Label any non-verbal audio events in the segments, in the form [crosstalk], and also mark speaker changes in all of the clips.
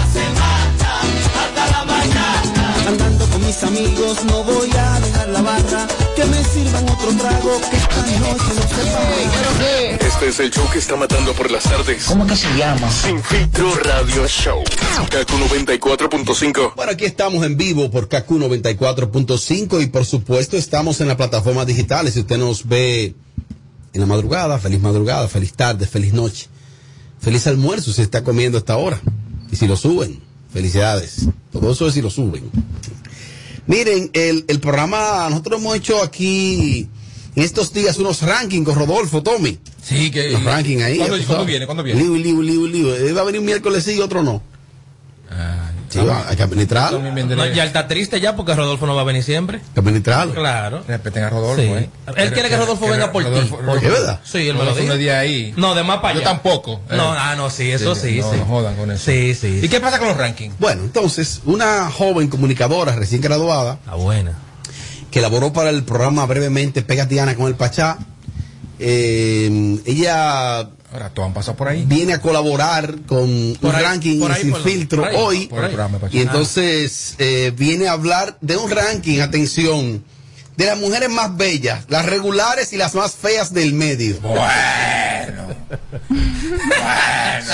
Speaker 1: [laughs]
Speaker 2: que me sirvan otro trago, que esta noche no se va.
Speaker 3: Este es el show que está matando por las tardes.
Speaker 4: ¿Cómo que se llama?
Speaker 3: Sin filtro radio show. KQ 94.5.
Speaker 5: Bueno, aquí estamos en vivo por KQ 94.5 y por supuesto estamos en las plataformas digitales. Si usted nos ve en la madrugada, feliz madrugada, feliz tarde, feliz noche. Feliz almuerzo si está comiendo hasta ahora. Y si lo suben, felicidades. Todo eso es si lo suben. Miren, el, el programa, nosotros hemos hecho aquí en estos días unos rankings con Rodolfo, Tommy.
Speaker 1: Sí, que.
Speaker 5: Los rankings ahí.
Speaker 1: ¿Cuándo,
Speaker 5: ya tú
Speaker 1: cuándo
Speaker 5: sabes.
Speaker 1: viene? ¿Cuándo viene?
Speaker 5: Liu, liu, liu, liu. Eh, Va a venir un miércoles sí y otro no.
Speaker 1: Ay,
Speaker 5: Sí, va, hay que administrarlo.
Speaker 1: Tommy
Speaker 5: Hay
Speaker 1: Méndez.
Speaker 6: No, ya está triste ya porque Rodolfo no va a venir siempre.
Speaker 5: que administrarlo.
Speaker 6: Claro.
Speaker 1: Respeten a
Speaker 6: Sí.
Speaker 1: Rodolfo, eh.
Speaker 6: Él quiere que Rodolfo venga por ti.
Speaker 5: ¿Es verdad?
Speaker 6: Sí, él me lo
Speaker 1: Rodolfo
Speaker 6: dijo.
Speaker 1: no es de ahí.
Speaker 6: No, de más para
Speaker 1: Yo
Speaker 6: allá.
Speaker 1: tampoco. eh.
Speaker 6: No, ah, no, sí, eso sí,
Speaker 1: no,
Speaker 6: sí.
Speaker 1: no jodan con eso.
Speaker 6: Sí, sí.
Speaker 1: ¿Y qué pasa con los rankings?
Speaker 5: Bueno, entonces, una joven comunicadora recién graduada
Speaker 6: La Ah, buena.
Speaker 5: que elaboró para el programa brevemente Pegatiana con el Pachá, eh, ella
Speaker 1: Ahora todos han pasado por ahí.
Speaker 5: viene a colaborar con
Speaker 6: Por
Speaker 5: un
Speaker 6: ahí,
Speaker 5: ranking
Speaker 6: por ahí,
Speaker 5: sin
Speaker 6: por-
Speaker 5: filtro
Speaker 6: por ahí,
Speaker 5: hoy.
Speaker 1: por el programa, Pachá.
Speaker 5: y entonces eh, viene a hablar de un ranking, atención, de las mujeres más bellas, las regulares y las más feas del medio.
Speaker 1: Bueno.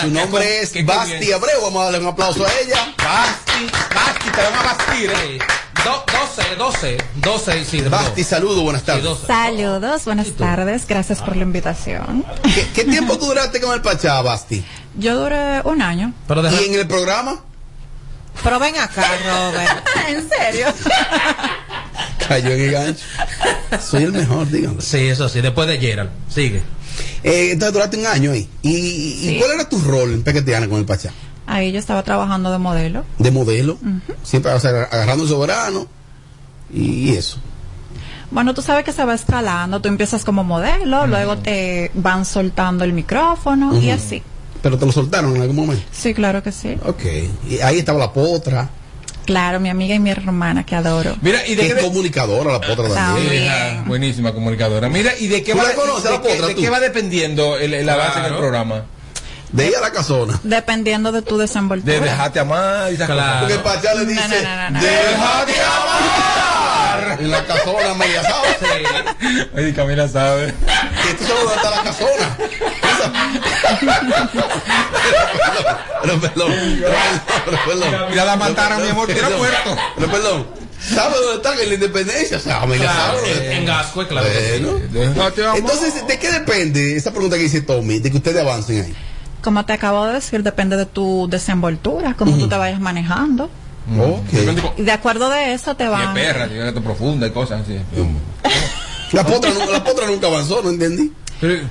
Speaker 5: Su nombre es
Speaker 6: qué
Speaker 5: Basti
Speaker 6: conviene.
Speaker 5: Abreu. Vamos a darle un aplauso a ella.
Speaker 6: Basti, Basti, te van a bastir, eh. Do, 12, 12, 12, sí, de
Speaker 5: Basti,
Speaker 6: dos.
Speaker 5: saludo, buenas
Speaker 6: Sí,
Speaker 5: tardes.
Speaker 6: 12.
Speaker 7: Saludos, buenas tardes, gracias por la invitación.
Speaker 5: ¿Qué, qué tiempo tú duraste con el Pachá, Basti?
Speaker 7: Yo duré un año.
Speaker 6: Pero deja-
Speaker 5: ¿Y en el programa?
Speaker 8: Pero ven acá, Robert.
Speaker 7: [laughs] ¿En serio?
Speaker 5: Cayó en el gancho. Soy el mejor, díganlo.
Speaker 6: Sí, eso sí, después de Gerald. Sigue.
Speaker 5: Eh, entonces duraste un año ahí. ¿Y, y cuál era tu rol en Pequetiana con el Pachá?
Speaker 7: Ahí yo estaba trabajando de modelo.
Speaker 5: De modelo, siempre o sea, agarrando el soberano y eso.
Speaker 7: Bueno, tú sabes que se va escalando, tú empiezas como modelo, luego te van soltando el micrófono y así.
Speaker 5: Pero te lo soltaron en algún momento.
Speaker 7: Sí, claro que sí.
Speaker 5: Ok. Y ahí estaba la potra,
Speaker 7: Claro, mi amiga y mi hermana que adoro.
Speaker 1: Mira, ¿y de
Speaker 5: que
Speaker 1: qué
Speaker 5: es comunicadora la potra también.
Speaker 7: También.
Speaker 1: Ajá, buenísima comunicadora. Mira, ¿y de qué,
Speaker 5: ¿Tú
Speaker 1: va,
Speaker 5: la conoces, la
Speaker 1: de, qué,
Speaker 5: potra,
Speaker 1: de
Speaker 5: tú?
Speaker 1: qué va dependiendo el, el avance en el
Speaker 6: Claro.
Speaker 1: programa?
Speaker 5: De ella a la casona.
Speaker 7: Dependiendo de tu desenvoltura.
Speaker 1: De dejarte amar y esas
Speaker 6: Claro.
Speaker 1: cosas.
Speaker 5: Porque el Pachá le
Speaker 7: No,
Speaker 5: dice,
Speaker 7: no, no, no, no.
Speaker 5: déjate amar. Y la casona media sabe.
Speaker 1: Ay, Camila sabe.
Speaker 5: Que tú sabes dónde está la casona. Pero perdón, pero perdón, pero perdón.
Speaker 1: Mira, la mataron, mi amor, tira
Speaker 5: Perdón,
Speaker 1: muerto.
Speaker 5: Pero perdón, ¿sabe dónde está en la independencia? O sea, me la
Speaker 6: Claro,
Speaker 5: sabe.
Speaker 6: en en Gascue, claro. que sí.
Speaker 5: Bueno.
Speaker 1: Déjate amar.
Speaker 5: Entonces, ¿de qué depende esa pregunta que dice Tommy? De que ustedes avancen ahí.
Speaker 7: Como te acabo de decir, depende de tu desenvoltura, cómo tú te vayas manejando.
Speaker 5: Ok.
Speaker 7: Y de acuerdo de eso te
Speaker 1: Y
Speaker 7: van...
Speaker 1: es perra, tiene gato profunda y cosas así.
Speaker 5: La potra, nu- la potra nunca avanzó, no entendí.
Speaker 1: Pero,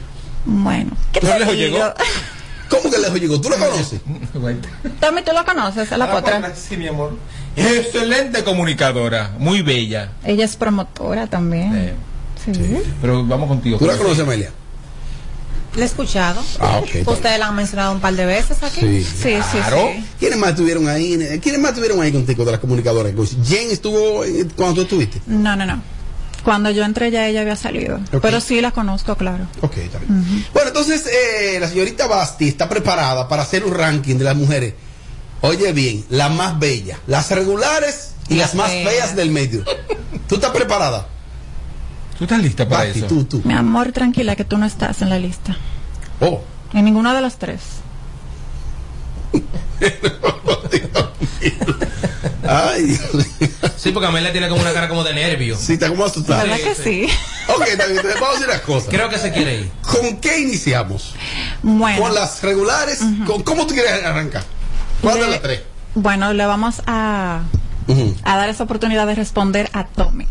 Speaker 7: Bueno. ¿Qué
Speaker 1: ¿Pero
Speaker 7: te
Speaker 1: lejos
Speaker 7: digo?
Speaker 1: llegó?
Speaker 5: ¿Cómo que lejos llegó? ¿Tú la conoces?
Speaker 1: Aguanta.
Speaker 7: Tommy, ¿tú lo conoces?
Speaker 5: Ah,
Speaker 7: A la potra.
Speaker 1: Sí, mi amor. Excelente comunicadora, muy bella.
Speaker 7: Ella es promotora también. Sí.
Speaker 1: Pero vamos contigo.
Speaker 5: ¿Tú la conoces, Amelia?
Speaker 8: ¿Le he escuchado?
Speaker 5: Ah, ok, está
Speaker 8: Ustedes la han mencionado un par de veces aquí.
Speaker 7: Sí, sí,
Speaker 1: Claro.
Speaker 7: sí.
Speaker 5: ¿Quiénes más estuvieron ahí? ¿Quiénes más estuvieron ahí contigo de las comunicadoras? Pues, Jen estuvo eh, cuando tú estuviste.
Speaker 7: No, no, no. Cuando yo entré ya ella había salido.
Speaker 5: Ok.
Speaker 7: Pero sí la conozco, claro.
Speaker 5: Ok, está bien. Bueno, entonces eh, la señorita Basti está preparada para hacer un ranking de las mujeres. Oye bien, las más bellas, las regulares y las,
Speaker 8: Las
Speaker 5: más
Speaker 8: feas.
Speaker 5: feas del medio. ¿Tú estás preparada?
Speaker 1: ¿Tú estás lista para
Speaker 5: Basti,
Speaker 1: eso?
Speaker 5: tú, tú.
Speaker 7: Mi amor, tranquila que tú no estás en la lista.
Speaker 5: Oh.
Speaker 7: En ninguno de los tres.
Speaker 5: Ay, Dios mío.
Speaker 6: Sí, porque Amelia tiene como una cara como de nervio.
Speaker 5: Sí, está como asustada.
Speaker 7: ¿Verdad que sí?
Speaker 5: Ok, está bien, entonces vamos a decir las cosas.
Speaker 6: Creo que se quiere ir.
Speaker 5: ¿Con qué iniciamos?
Speaker 7: Bueno.
Speaker 5: ¿Con las regulares? ¿Con, ¿Cómo tú quieres arrancar? ¿Cuál de las tres?
Speaker 7: Bueno, le vamos a,
Speaker 5: Ujú.
Speaker 7: a dar esa oportunidad de responder a Tommy.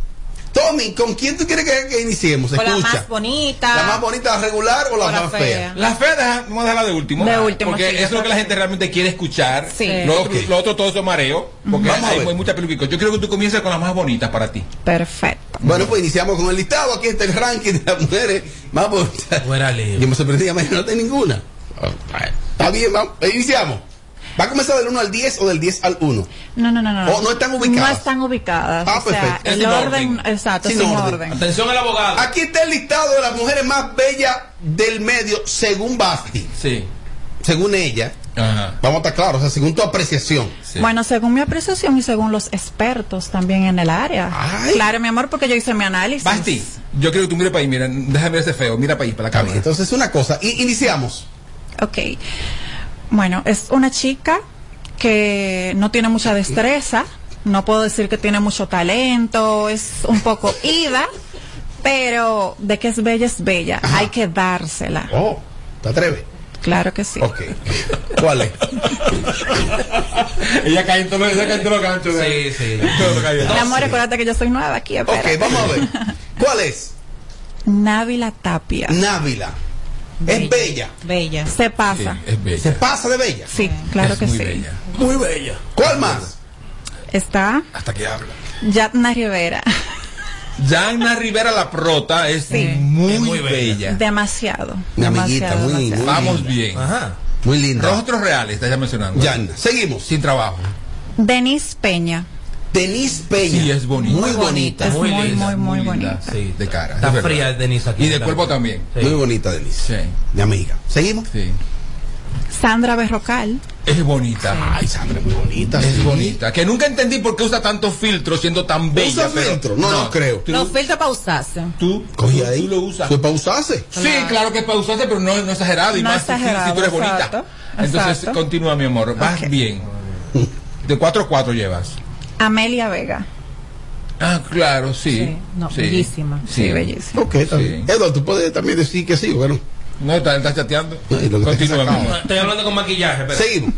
Speaker 5: Tommy, ¿con quién tú quieres que, que iniciemos?
Speaker 8: O la
Speaker 5: Escucha.
Speaker 8: más bonita.
Speaker 5: ¿La más bonita, la regular o la,
Speaker 8: o la
Speaker 5: más fea?
Speaker 8: fea.
Speaker 1: La fe, deja- vamos a dejarla de último.
Speaker 7: De último,
Speaker 1: Porque
Speaker 7: sí,
Speaker 1: eso es lo que la
Speaker 7: sí.
Speaker 1: gente realmente quiere escuchar.
Speaker 8: Sí.
Speaker 1: Lo,
Speaker 5: Ok.
Speaker 1: lo otro todo eso mareo. Porque
Speaker 5: Vamos a
Speaker 1: hay,
Speaker 5: ver.
Speaker 1: hay muchas peluquitas. Yo quiero que tú comiences con las más bonitas para ti.
Speaker 7: Perfecto.
Speaker 5: Bueno, pues iniciamos con el listado. Aquí está el ranking de las mujeres más bonitas.
Speaker 6: Fuera lío.
Speaker 5: Yo me sorprendí, a mí no tengo ninguna. Oh, Está bien, vamos. Iniciamos. ¿Va a comenzar del 1 al 10 o del 10 al 1?
Speaker 7: No, no, no, no.
Speaker 5: Oh, no están ubicadas.
Speaker 7: No están ubicadas.
Speaker 5: Ah,
Speaker 7: o sea,
Speaker 5: perfecto.
Speaker 1: Es
Speaker 7: el
Speaker 1: sin
Speaker 7: orden,
Speaker 1: orden.
Speaker 7: exacto,
Speaker 5: Sin
Speaker 7: sin,
Speaker 5: orden.
Speaker 7: orden.
Speaker 6: Atención al abogado.
Speaker 5: Aquí está el listado de las mujeres más bellas del medio, según Basti.
Speaker 1: Sí.
Speaker 5: Según ella.
Speaker 1: Ajá.
Speaker 5: Vamos a estar claros, o sea, según tu apreciación.
Speaker 1: Sí.
Speaker 7: Bueno, según mi apreciación y según los expertos también en el área.
Speaker 5: Ay.
Speaker 7: Claro, mi amor, porque yo hice mi análisis.
Speaker 1: Basti, yo quiero que tú mires para ahí. Mira, déjame ver ese feo. Mira para ahí, para la
Speaker 5: Está bien,
Speaker 1: cámara.
Speaker 5: entonces una cosa, i- iniciamos.
Speaker 7: Ok. Bueno, es una chica que no tiene mucha destreza, no puedo decir que tiene mucho talento, es un
Speaker 5: [laughs]
Speaker 7: poco ida, pero de que es bella es bella, hay que dársela.
Speaker 5: Oh, ¿te atreves?
Speaker 7: Claro que sí.
Speaker 5: Ok. ¿Cuál es?
Speaker 1: [laughs] Ella cae en todos los ella cae en todos los ganchos.
Speaker 6: Sí, sí.
Speaker 7: Mi amor, acuérdate que yo soy nueva aquí,
Speaker 5: Ok,
Speaker 7: espera.
Speaker 5: vamos a ver. ¿Cuál es?
Speaker 7: Návila Tapia.
Speaker 5: Návila. Es bella.
Speaker 8: Bella.
Speaker 7: Se pasa.
Speaker 1: Es bella.
Speaker 5: Se pasa de bella.
Speaker 7: Sí, claro
Speaker 1: es
Speaker 7: que
Speaker 1: muy
Speaker 7: sí.
Speaker 1: bella.
Speaker 5: Muy bella. ¿Cuál más?
Speaker 7: Está
Speaker 1: Hasta que habla.
Speaker 7: Yatna Rivera.
Speaker 1: Yanna Rivera la prota es muy, bella.
Speaker 7: Demasiado.
Speaker 5: Una amiguita,
Speaker 7: demasiado,
Speaker 5: muy,
Speaker 7: demasiado.
Speaker 5: muy
Speaker 1: Vamos
Speaker 5: linda.
Speaker 1: bien.
Speaker 4: Ajá.
Speaker 5: Muy linda.
Speaker 1: Rostros reales, estás ya mencionando.
Speaker 5: Yanna. Seguimos.
Speaker 1: Sin trabajo.
Speaker 7: Denise Peña.
Speaker 5: Denise Peña.
Speaker 1: Sí, es bonita.
Speaker 5: Muy bonita.
Speaker 7: Es
Speaker 4: Muy
Speaker 7: muy, muy,
Speaker 4: linda,
Speaker 7: muy,
Speaker 1: muy linda,
Speaker 7: bonita.
Speaker 4: Sí.
Speaker 1: De cara.
Speaker 4: Está
Speaker 1: es verdad.
Speaker 4: fría Denise aquí.
Speaker 1: Y de
Speaker 4: Claro.
Speaker 1: cuerpo también.
Speaker 4: Sí.
Speaker 5: Muy bonita, Denise.
Speaker 1: Sí.
Speaker 5: Mi amiga. ¿Seguimos?
Speaker 1: Sí.
Speaker 7: Sandra Berrocal.
Speaker 1: Es bonita.
Speaker 5: Ay, Sandra, muy bonita.
Speaker 1: Es
Speaker 5: sí.
Speaker 1: bonita. Que nunca entendí por qué usa tantos filtros siendo tan bella.
Speaker 5: ¿Usa
Speaker 1: pero-
Speaker 5: filtro? No, no creo.
Speaker 1: Tú,
Speaker 8: Los filtros para usarse.
Speaker 1: tú,
Speaker 5: Cogí
Speaker 1: tú-
Speaker 5: ahí.
Speaker 1: tú lo usas.
Speaker 5: Fue para usarse.
Speaker 1: Sí, claro que es pausante, pero no, no exagerado. Y
Speaker 7: No
Speaker 1: más si-
Speaker 7: exagerado,
Speaker 1: si, tú eres
Speaker 7: exacto,
Speaker 1: bonita. Entonces,
Speaker 7: exacto.
Speaker 1: continúa, mi amor. Vas
Speaker 7: Ok.
Speaker 1: bien.
Speaker 5: Mm.
Speaker 1: De 4 a 4 llevas.
Speaker 7: Amelia Vega.
Speaker 1: Ah, claro, sí.
Speaker 8: Sí, no, bellísima.
Speaker 7: Sí, bellísima.
Speaker 5: Ok, está
Speaker 1: Sí.
Speaker 5: bien. Eduardo, tú puedes también decir que sí, bueno.
Speaker 1: No, estás estás chateando.
Speaker 5: No, y lo que te
Speaker 1: Continúa, mi
Speaker 5: sacaba.
Speaker 1: amor.
Speaker 4: Estoy hablando con maquillaje, pero.
Speaker 5: Seguimos.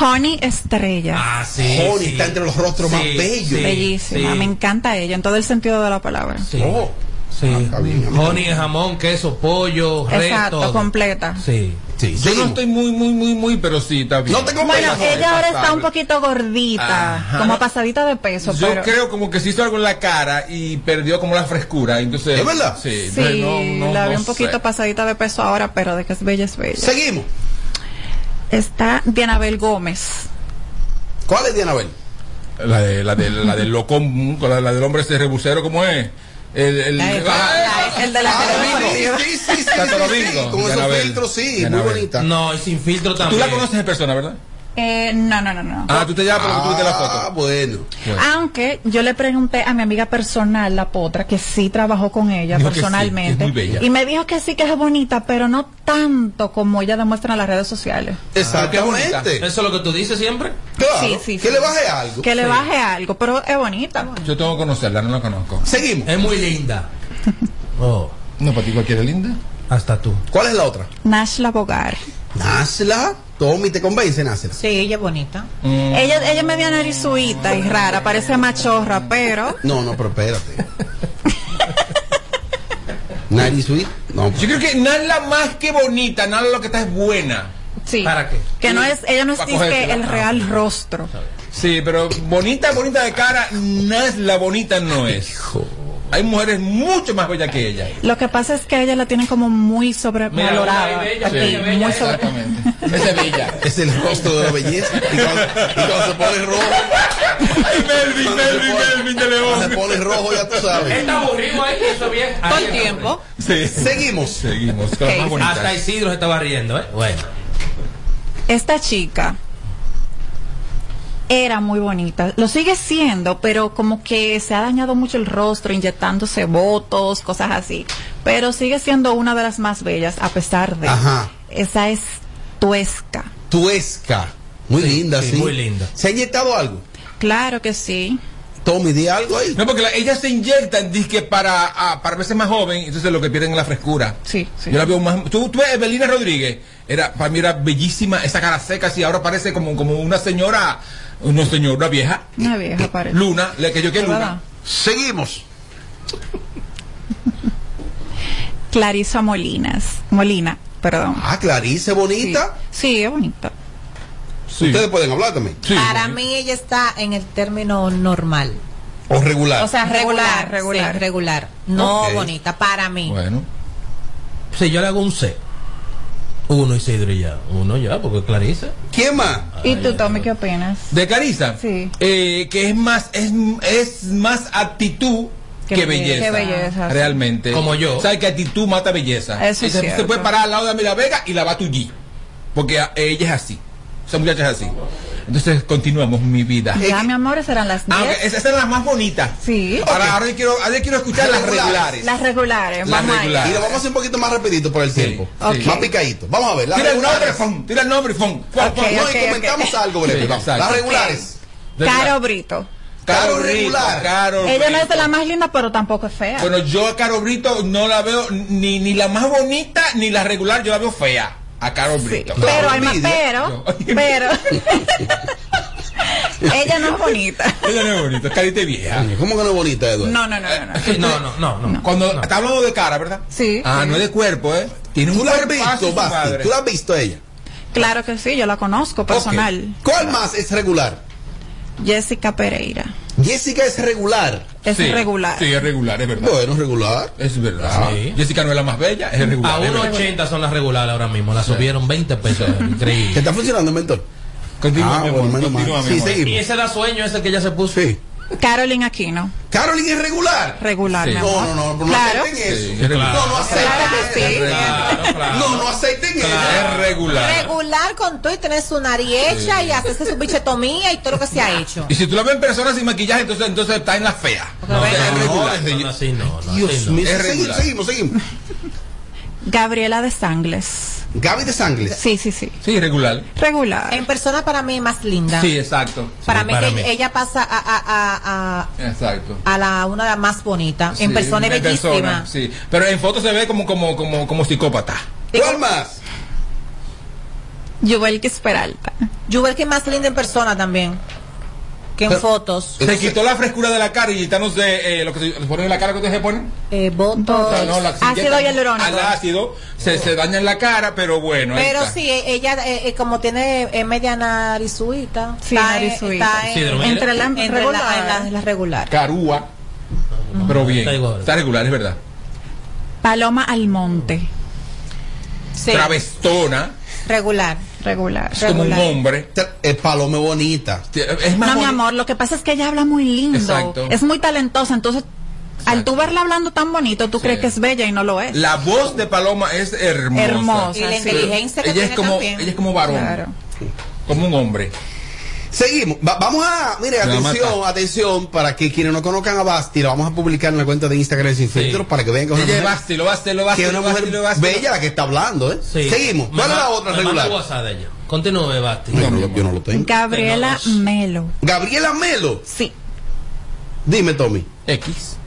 Speaker 7: Honey Estrella.
Speaker 4: Ah, sí.
Speaker 5: Honey
Speaker 4: sí.
Speaker 5: está entre los rostros más bellos.
Speaker 7: Bellísima.
Speaker 4: sí.
Speaker 7: Me encanta ella en todo el sentido de la palabra.
Speaker 4: Sí.
Speaker 5: Oh.
Speaker 4: Sí.
Speaker 5: Ah, está bien, amigo.
Speaker 4: Honey, jamón, queso, pollo, res,
Speaker 7: Exacto,
Speaker 4: todo.
Speaker 7: completa.
Speaker 4: Sí.
Speaker 5: Sí,
Speaker 1: Yo no
Speaker 5: seguimos.
Speaker 1: estoy muy, muy, muy, muy, pero sí, está bien.
Speaker 5: No te compres
Speaker 7: Bueno,
Speaker 5: amor.
Speaker 7: ella ahora está
Speaker 1: pasable.
Speaker 7: un poquito gordita,
Speaker 1: Ajá.
Speaker 7: como pasadita de peso,
Speaker 1: Yo
Speaker 7: pero
Speaker 1: creo como que se hizo algo en la cara y perdió como la frescura. Entonces,
Speaker 5: ¿Es verdad?
Speaker 1: Sí,
Speaker 7: sí,
Speaker 1: pero no, no,
Speaker 7: la veo
Speaker 1: no
Speaker 7: un poquito
Speaker 1: sé.
Speaker 7: pasadita de peso ahora, pero de que es bella es bella.
Speaker 5: Seguimos.
Speaker 7: Está Dianabel Gómez.
Speaker 5: ¿Cuál es Dianabel?
Speaker 1: La de, la de, la del loco, mm, con la, la del hombre ese rebusero, ¿cómo es? El, el,
Speaker 8: La de-
Speaker 1: Ah,
Speaker 7: el de la
Speaker 5: Domingo. Sí, sí, sí, sí,
Speaker 1: Santo
Speaker 5: sí,
Speaker 1: Domingo,
Speaker 5: sí, Con esos
Speaker 1: Dianabel.
Speaker 5: filtros, sí,
Speaker 1: Dianabel.
Speaker 5: muy bonita.
Speaker 4: No, y sin filtro
Speaker 1: Tú
Speaker 4: también.
Speaker 1: la conoces en persona, ¿verdad?
Speaker 7: Eh, no, no, no, no.
Speaker 1: Ah, tú te llamas porque tú viste la
Speaker 5: Ah,
Speaker 1: foto.
Speaker 5: bueno.
Speaker 7: Aunque yo le pregunté a mi amiga personal, la potra, que sí trabajó con ella
Speaker 1: Dijo que sí,
Speaker 7: personalmente.
Speaker 1: que es muy bella.
Speaker 7: Y me dijo que sí que es bonita, pero no tanto como ella demuestra en las redes sociales.
Speaker 5: Exactamente.
Speaker 4: ¿Eso es lo que tú dices siempre?
Speaker 5: Claro.
Speaker 7: Sí, sí,
Speaker 5: que
Speaker 7: sí.
Speaker 5: le baje algo.
Speaker 7: Que le baje algo, pero es bonita.
Speaker 1: Yo tengo que conocerla, no la conozco.
Speaker 5: Seguimos.
Speaker 4: Es
Speaker 5: [laughs]
Speaker 4: muy linda. Oh,
Speaker 1: No, para ti cualquiera es linda.
Speaker 4: hasta tú.
Speaker 5: ¿Cuál es la otra?
Speaker 7: Nashla Bogar.
Speaker 5: Nasla. Tommy, ¿te convence, Nasla?
Speaker 8: Sí, ella es bonita.
Speaker 7: Ella, ella es media narizuita y rara, parece machorra, pero
Speaker 5: No, no, pero espérate. Narizuit. No, pues.
Speaker 1: Yo creo que Nala más que bonita, Nala lo que está es buena.
Speaker 7: sí.
Speaker 4: ¿Para qué? Ah,
Speaker 7: Que no es, ella no es
Speaker 1: Pa'
Speaker 7: disque
Speaker 1: cogértela.
Speaker 7: el real rostro.
Speaker 1: Sí, pero bonita, bonita de cara, Nala bonita no es. Hay mujeres mucho más bellas que ella.
Speaker 7: Lo que pasa es que ella la tienen como muy
Speaker 4: Mira,
Speaker 7: sobrevalorada.
Speaker 4: una es bella,
Speaker 7: aquí,
Speaker 4: otra es bella,
Speaker 7: muy sobre-
Speaker 1: Exactamente. Esa es bella.
Speaker 5: Es el rostro de
Speaker 1: [laughs]
Speaker 5: la belleza. Y cuando, y cuando se pone rojo.
Speaker 1: Melvin, Melvin, Melvin de
Speaker 5: Cuando se
Speaker 1: León.
Speaker 5: pone rojo, ya tú sabes.
Speaker 4: Está aburrido ahí, eso bien.
Speaker 8: Todo el tiempo.
Speaker 1: Sí.
Speaker 5: Seguimos.
Speaker 1: Seguimos. con las más
Speaker 7: Ok.
Speaker 1: bonitas.
Speaker 4: Hasta Isidro se estaba riendo, ¿eh? Bueno.
Speaker 7: Esta chica era muy bonita, lo sigue siendo, pero como que se ha dañado mucho el rostro, inyectándose votos, cosas así. Pero sigue siendo una de las más bellas, a pesar de.
Speaker 5: Ajá.
Speaker 7: Esa es tuesca.
Speaker 5: Tuesca. Muy linda, sí,
Speaker 4: sí, muy linda.
Speaker 5: ¿Se ha inyectado algo?
Speaker 7: Claro que sí.
Speaker 5: Tommy, di algo ahí.
Speaker 1: No, porque la- ellas se inyectan, dizque para, ah, para verse más joven, entonces lo que pierden es la frescura.
Speaker 7: Sí, sí.
Speaker 1: Yo la veo más. Tú, tú ves Evelina Rodríguez, era, para mí era bellísima, esa cara seca, así, ahora parece como, como una señora, una señora, una vieja.
Speaker 7: Una vieja parece.
Speaker 1: Eh, Luna, la que yo que es
Speaker 7: ¿Verdad?
Speaker 1: Luna.
Speaker 5: Seguimos.
Speaker 7: Clarisa Molinas. Molina, perdón.
Speaker 5: Ah, Clarice, bonita.
Speaker 7: Sí, es bonita.
Speaker 1: Sí.
Speaker 5: Ustedes pueden hablar también.
Speaker 1: Sí.
Speaker 8: Para mí ella está en el término normal.
Speaker 5: O regular.
Speaker 7: O sea, regular,
Speaker 8: sí,
Speaker 7: regular.
Speaker 8: regular. No
Speaker 5: Ok.
Speaker 8: bonita, para mí.
Speaker 1: Bueno.
Speaker 4: Si yo le hago un C. Uno Isidro y ya. Uno ya, porque Clarice.
Speaker 5: ¿Quién
Speaker 1: Ah,
Speaker 5: más?
Speaker 7: ¿Y tú, Tommy, qué opinas?
Speaker 1: De Carisa.
Speaker 7: Sí.
Speaker 1: Eh, que es más, es, es más actitud.
Speaker 8: Qué
Speaker 1: que
Speaker 8: belleza.
Speaker 1: belleza,
Speaker 7: Qué belleza, sí.
Speaker 1: realmente
Speaker 4: Como yo.
Speaker 1: sabes que actitud mata belleza
Speaker 7: Eso es
Speaker 1: Entonces, tú te
Speaker 7: cierto.
Speaker 1: puedes parar al lado de Mila Vega y la va a tullir Porque a- ella es así. Esa muchacha es así. Entonces continuamos mi vida.
Speaker 7: Ya, mi amor, serán las 10.
Speaker 1: Aunque eh, ah, esas eran las más bonitas.
Speaker 7: Sí.
Speaker 1: Ahora, ahora yo quiero, ahora yo quiero escuchar las regulares.
Speaker 7: Las regulares.
Speaker 1: Las
Speaker 7: vamos ahí.
Speaker 1: regulares.
Speaker 5: Y lo vamos a hacer un poquito más rapidito por el tiempo.
Speaker 7: Ok.
Speaker 5: Más picadito. Vamos a ver. las
Speaker 1: Tira el nombre,
Speaker 5: regulares.
Speaker 1: Fon. Tira el nombre, Fon. Fon,
Speaker 7: Ok,
Speaker 1: Fon.
Speaker 5: No,
Speaker 7: ok,
Speaker 5: y comentamos
Speaker 7: ok.
Speaker 5: algo breve.
Speaker 1: Sí,
Speaker 5: vamos.
Speaker 1: exacto.
Speaker 5: Las regulares.
Speaker 7: Caro Brito.
Speaker 1: Caro
Speaker 5: Caro
Speaker 1: regular.
Speaker 5: regular.
Speaker 1: Caro
Speaker 7: Ella no es de
Speaker 1: Brito.
Speaker 7: la más linda, pero tampoco es fea.
Speaker 1: Bueno, yo a Caro Brito no la veo ni, ni la más bonita ni la regular, yo la veo fea. A Caro
Speaker 7: Sí,
Speaker 1: Brito.
Speaker 7: pero, hay más-
Speaker 5: envidia.
Speaker 7: pero,
Speaker 1: Yo- [laughs]
Speaker 7: pero, ella no es bonita.
Speaker 1: Ella no es bonita, es carita y vieja.
Speaker 5: ¿Cómo que no es bonita, Eduardo?
Speaker 7: No, no, no, no. no.
Speaker 4: No, no, no, no.
Speaker 1: Cuando está hablando de cara, ¿verdad?
Speaker 7: Sí.
Speaker 1: Ah, no es de cuerpo, ¿eh? Tiene
Speaker 5: ¿Tú
Speaker 1: un
Speaker 5: la has
Speaker 1: cuerpazo,
Speaker 5: visto,
Speaker 1: su
Speaker 5: Basti?
Speaker 1: madre.
Speaker 5: ¿Tú la has visto a ella?
Speaker 7: Claro que sí, yo la conozco personal.
Speaker 5: Ok. ¿Cuál más es regular?
Speaker 7: Jessica Pereira.
Speaker 5: Jessica es regular.
Speaker 7: Es
Speaker 1: Sí,
Speaker 7: regular.
Speaker 1: Sí, es regular, es verdad.
Speaker 5: Bueno, regular.
Speaker 1: Es verdad.
Speaker 4: Sí.
Speaker 1: Jessica no es la más bella, es regular.
Speaker 4: A
Speaker 1: es verdad.
Speaker 4: 1.80 son las regulares ahora mismo. Las subieron
Speaker 5: [laughs]
Speaker 4: 20 pesos.
Speaker 5: ¿Te
Speaker 4: Increíble.
Speaker 5: está funcionando, mentor?
Speaker 1: Continúa,
Speaker 5: Ah,
Speaker 1: mi
Speaker 5: bueno,
Speaker 1: amor,
Speaker 5: menos mal.
Speaker 1: continúa, mi
Speaker 5: Sí,
Speaker 1: amor.
Speaker 5: seguimos.
Speaker 4: Y ese da sueño, ese que ya se puso.
Speaker 5: Sí.
Speaker 7: Carolyn Aquino.
Speaker 5: Caroline es regular.
Speaker 7: Regular, mi amor.
Speaker 5: No, no, no, no
Speaker 7: Claro.
Speaker 5: acepten eso.
Speaker 1: Sí, es regular.
Speaker 5: No, no acepten
Speaker 7: Claro que
Speaker 5: eso.
Speaker 7: sí.
Speaker 4: Claro, claro.
Speaker 5: No, no acepten eso.
Speaker 1: Es regular.
Speaker 8: Regular con tú y tener su nariz hecha y hacerse su bichetomía y todo lo que se ha hecho.
Speaker 1: Y si tú la ves en persona sin maquillaje, entonces, entonces está en la fea.
Speaker 4: No, no,
Speaker 1: es
Speaker 4: no,
Speaker 1: regular.
Speaker 4: no, no, así no, no,
Speaker 5: Dios
Speaker 4: así no.
Speaker 5: mío.
Speaker 1: Es
Speaker 5: Seguimos,
Speaker 1: regular.
Speaker 5: seguimos, seguimos.
Speaker 7: Gabriela de Sangles.
Speaker 5: Gaby de Sangles.
Speaker 7: Sí, sí, sí.
Speaker 1: Sí, regular.
Speaker 7: Regular.
Speaker 8: En persona para mí es más linda.
Speaker 1: Sí, exacto.
Speaker 8: para
Speaker 4: Sí,
Speaker 8: mí,
Speaker 4: para
Speaker 8: que
Speaker 4: mí.
Speaker 8: ella pasa a, a- a- a-
Speaker 1: Exacto.
Speaker 8: a la una de las más bonitas. en
Speaker 1: Sí,
Speaker 8: persona es
Speaker 1: en persona,
Speaker 8: bellísima.
Speaker 1: sí. Pero en foto se ve como, como, como, como psicópata.
Speaker 5: ¿Cuál más?
Speaker 7: Yuvelkis Peralta.
Speaker 8: Jubel que es más linda en persona también. Que en fotos.
Speaker 1: Se quitó la frescura de la cara y quitándose eh, lo que se le ponen en la cara que ustedes se ponen.
Speaker 8: Eh, botox.
Speaker 1: No, no, la- se
Speaker 7: Ácido
Speaker 1: inyectan
Speaker 7: hialurónico.
Speaker 1: Al ácido se, se daña en la cara, pero bueno. ahí
Speaker 8: Pero
Speaker 1: está.
Speaker 8: sí, eh, ella eh, eh, como tiene eh, media narizuita.
Speaker 7: Sí,
Speaker 8: está, eh,
Speaker 7: narizuita.
Speaker 8: está en-
Speaker 4: Síndrome.
Speaker 8: entre la,
Speaker 7: Entre
Speaker 8: entre
Speaker 7: la-
Speaker 8: la- en la- en la regular.
Speaker 1: Carúa. Pero bien.
Speaker 4: Está igual.
Speaker 1: Está regular, es verdad.
Speaker 7: Paloma Almonte.
Speaker 8: Sí,
Speaker 1: Travestona.
Speaker 8: regular.
Speaker 7: Regular.
Speaker 1: Es como un
Speaker 8: Regular.
Speaker 1: hombre.
Speaker 5: Es Palome Bonita.
Speaker 1: Es más
Speaker 7: No, mi
Speaker 1: bonita.
Speaker 7: amor, lo que pasa es que ella habla muy lindo.
Speaker 1: Exacto.
Speaker 7: Es muy talentosa. Entonces, al tú verla hablando tan bonito, tú crees que es bella y no lo es.
Speaker 1: La voz de Paloma es hermosa.
Speaker 7: Hermosa.
Speaker 8: Y la
Speaker 7: Sí.
Speaker 8: inteligencia que
Speaker 1: Ella es
Speaker 8: tiene
Speaker 1: como,
Speaker 8: también.
Speaker 1: ella es como varón.
Speaker 7: Claro.
Speaker 1: Como un hombre.
Speaker 5: Seguimos. Va- vamos a. Mire,
Speaker 1: Me va a
Speaker 5: atención,
Speaker 1: matar.
Speaker 5: atención. Para que quienes no conozcan a Basti, la vamos a publicar en la cuenta de Instagram de Sin Filtro para que vean que es una
Speaker 1: Ella es
Speaker 5: mujer,
Speaker 1: bástilo, bástilo,
Speaker 5: que es
Speaker 1: bástilo,
Speaker 5: una mujer
Speaker 1: bástilo, bástilo.
Speaker 5: bella la que está hablando, ¿eh?
Speaker 4: Sí.
Speaker 5: Seguimos.
Speaker 4: Me
Speaker 5: ¿Cuál es
Speaker 4: ma-
Speaker 5: la otra
Speaker 4: me manda
Speaker 5: regular?
Speaker 4: WhatsApp de ella. Continúe, Basti.
Speaker 5: No, no, yo, yo no lo tengo.
Speaker 7: Gabriela
Speaker 4: No, no.
Speaker 7: Melo.
Speaker 5: Gabriela Melo.
Speaker 7: Sí.
Speaker 5: Dime, Tommy.
Speaker 1: X.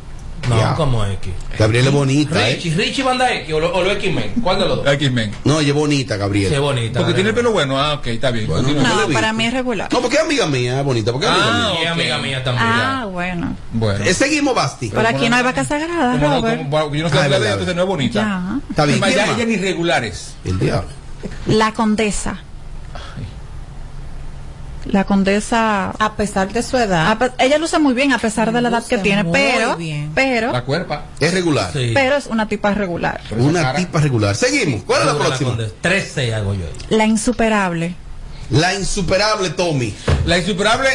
Speaker 4: No,
Speaker 5: Ya.
Speaker 4: como X.
Speaker 5: Gabriela es bonita, ¿eh?
Speaker 4: Richie, Richie Banda X o lo, o lo X-Men. ¿Cuál de los dos?
Speaker 1: X-Men.
Speaker 5: No, ella es bonita,
Speaker 4: Qué
Speaker 5: Gabriela.
Speaker 4: bonita.
Speaker 1: Porque tiene el pelo bueno. Ah, ok, está bien.
Speaker 5: Bueno,
Speaker 1: Continúa.
Speaker 5: yo la he
Speaker 7: No,
Speaker 5: visto.
Speaker 7: para mí es regular.
Speaker 5: No, porque es amiga mía, es bonita. Porque es amiga
Speaker 1: Ah,
Speaker 5: mía.
Speaker 4: Y es
Speaker 1: ok.
Speaker 4: amiga mía también.
Speaker 7: Ah, bueno.
Speaker 1: Bueno.
Speaker 5: Eh, seguimos, Basti.
Speaker 7: Por aquí no hay vaca sagrada,
Speaker 1: Como no,
Speaker 7: Robert.
Speaker 1: como- bueno, yo no sé
Speaker 5: Ah, es
Speaker 1: hablar de
Speaker 5: verdad.
Speaker 1: ella, entonces no es bonita.
Speaker 7: Ya.
Speaker 5: Está bien.
Speaker 1: Además,
Speaker 5: ¿Quién
Speaker 1: ya
Speaker 5: más?
Speaker 1: ella ni regulares.
Speaker 5: El diablo.
Speaker 7: La condesa. La condesa.
Speaker 8: A pesar de su edad.
Speaker 7: a pe- ella luce muy bien a pesar de la edad que
Speaker 8: Luce
Speaker 7: tiene,
Speaker 8: muy
Speaker 7: pero,
Speaker 8: bien.
Speaker 1: La
Speaker 7: pero,
Speaker 1: cuerpa.
Speaker 5: Es regular.
Speaker 4: Sí.
Speaker 7: pero es una tipa regular.
Speaker 1: Pero esa
Speaker 5: Una
Speaker 1: cara-
Speaker 5: tipa regular. Seguimos. ¿Cuál es la
Speaker 4: Una
Speaker 5: próxima?
Speaker 4: condesa. 13 hago yo.
Speaker 7: La insuperable.
Speaker 5: La insuperable Tommy.
Speaker 1: La insuperable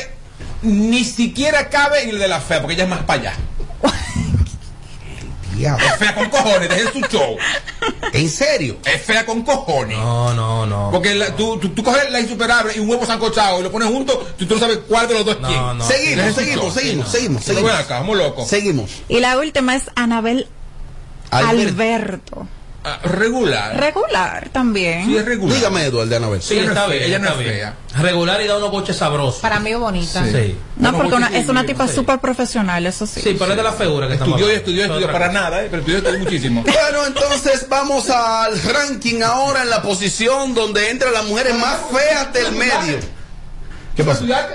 Speaker 1: ni siquiera cabe en el de la fea, porque ella es más para allá.
Speaker 5: Diablo.
Speaker 1: Es fea con cojones, dejen su show.
Speaker 5: ¿En serio?
Speaker 1: Es fea con cojones.
Speaker 4: No, no, no.
Speaker 1: Porque la- tú, tú, tú coges la insuperable y un huevo sancochado y lo pones junto, tú, tú no sabes cuál de los dos es
Speaker 4: No,
Speaker 1: quién.
Speaker 4: no.
Speaker 5: seguimos,
Speaker 1: sí,
Speaker 5: seguimos,
Speaker 1: sí,
Speaker 5: seguimos, seguimos,
Speaker 1: Pero
Speaker 5: seguimos,
Speaker 1: ven acá, vamos locos.
Speaker 5: seguimos.
Speaker 7: Y la última es Anabel
Speaker 5: Albert,
Speaker 7: Alberto.
Speaker 1: Ah, regular.
Speaker 7: Regular también.
Speaker 1: sí, es regular.
Speaker 5: dígame, Eduardo Anabel.
Speaker 4: Sí,
Speaker 1: ella no
Speaker 4: está
Speaker 1: es fea,
Speaker 4: bien.
Speaker 1: ella no
Speaker 4: está
Speaker 1: es
Speaker 4: bien.
Speaker 1: fea.
Speaker 4: Regular y da unos boches sabrosos.
Speaker 8: para mí es bonita.
Speaker 7: no,
Speaker 4: Sí.
Speaker 1: Bueno,
Speaker 7: porque
Speaker 1: porque
Speaker 7: una-
Speaker 1: sí,
Speaker 7: es una
Speaker 1: yo
Speaker 7: tipa
Speaker 4: sé.
Speaker 7: súper profesional, eso sí.
Speaker 4: Sí, pero es de la figura que estamos
Speaker 1: Estudió y
Speaker 4: hablando.
Speaker 1: estudió y
Speaker 4: Otra
Speaker 1: estudió
Speaker 4: cosa.
Speaker 1: para nada, eh, pero estudió y estudió muchísimo.
Speaker 5: Bueno, entonces vamos al ranking ahora en la posición donde entran las mujeres más feas del medio. ¿Qué pasó?
Speaker 1: ¿Estudiaste?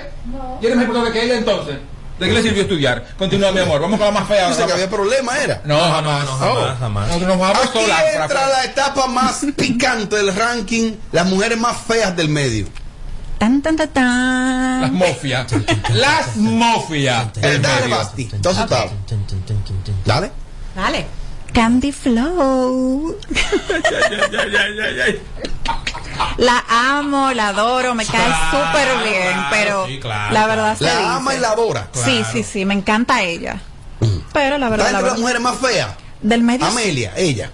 Speaker 1: ¿Y eres más importante que él entonces? ¿De qué le sirvió estudiar? Continúa, mi amor. Vamos con la más fea.
Speaker 5: Dice que
Speaker 1: ahora.
Speaker 5: había problema, era.
Speaker 1: No,
Speaker 4: No,
Speaker 1: jamás.
Speaker 4: no, jamás,
Speaker 5: Oh.
Speaker 4: jamás.
Speaker 1: Nosotros nos vamos
Speaker 5: Aquí
Speaker 1: solas. para
Speaker 5: entra
Speaker 1: afuera.
Speaker 5: la etapa [laughs] más picante del ranking, las mujeres más feas del medio.
Speaker 7: Tan, tan, tan, tan.
Speaker 1: Las mofias. Las mofias.
Speaker 5: Eh,
Speaker 1: del
Speaker 5: Dale,
Speaker 1: medio.
Speaker 5: Basti. Entonces, dale.
Speaker 4: Tin, tin, tin, tin, tin.
Speaker 5: Dale.
Speaker 8: Dale.
Speaker 7: Candy Flow. La amo, la adoro, me cae
Speaker 4: Claro,
Speaker 7: súper bien,
Speaker 4: claro,
Speaker 7: pero
Speaker 4: sí, claro,
Speaker 7: la verdad se dice.
Speaker 5: La ama y la adora. Mm.
Speaker 7: Sí, sí, sí, me encanta ella. Pero la verdad, la
Speaker 5: Está entre las
Speaker 7: verdad
Speaker 5: mujeres más feas.
Speaker 7: del medio
Speaker 5: Amelia, ella.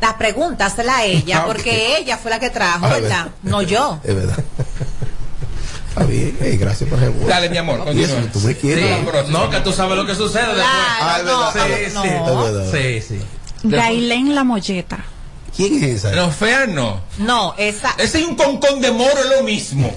Speaker 8: Las preguntas a ella,
Speaker 5: [laughs] Ah, ok.
Speaker 8: porque ella fue la que trajo,
Speaker 5: Ah,
Speaker 8: ¿verdad?
Speaker 5: ¿verdad?
Speaker 8: No yo.
Speaker 5: Es verdad. Está bien, ey, gracias por el
Speaker 1: Dale, mi amor,
Speaker 5: Y eso,
Speaker 1: continúa.
Speaker 5: tú me
Speaker 4: Sí,
Speaker 5: quieres.
Speaker 4: no, que tú sabes lo que sucede
Speaker 5: Ah,
Speaker 8: Claro,
Speaker 5: es
Speaker 8: no,
Speaker 5: verdad.
Speaker 8: no,
Speaker 4: Sí,
Speaker 5: Es
Speaker 8: no.
Speaker 5: verdad.
Speaker 4: después. Sí, sí.
Speaker 7: Gailén La Molleta.
Speaker 5: ¿Quién es esa?
Speaker 1: No, fea no.
Speaker 8: No,
Speaker 5: [laughs]
Speaker 8: esa.
Speaker 1: Ese es un concón de moro, es lo mismo.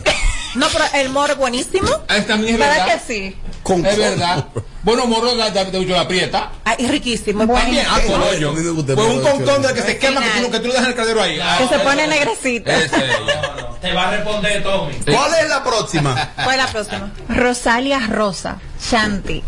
Speaker 8: No, pero el moro es buenísimo.
Speaker 1: Ah, También es
Speaker 8: ¿Verdad que
Speaker 1: verdad.
Speaker 8: sí?
Speaker 5: Con-
Speaker 1: Es verdad. Bueno, moro la- la- de mucho la aprieta.
Speaker 8: Ay, es riquísimo. es
Speaker 1: También, ah,
Speaker 5: Bueno,
Speaker 1: cogollo.
Speaker 5: a mí me gusta el
Speaker 1: Pues un
Speaker 5: moro de
Speaker 1: concón
Speaker 5: chorizo.
Speaker 1: de que se quema, que tú, no- que tú lo dejas en el caldero ahí. Ah,
Speaker 7: Que se pone negrecita.
Speaker 1: ese
Speaker 5: [laughs]
Speaker 1: es ella.
Speaker 4: Te va a responder Tommy.
Speaker 5: ¿Cuál es la próxima?
Speaker 8: ¿Cuál es la próxima?
Speaker 7: Rosalia Rosa. Chanti.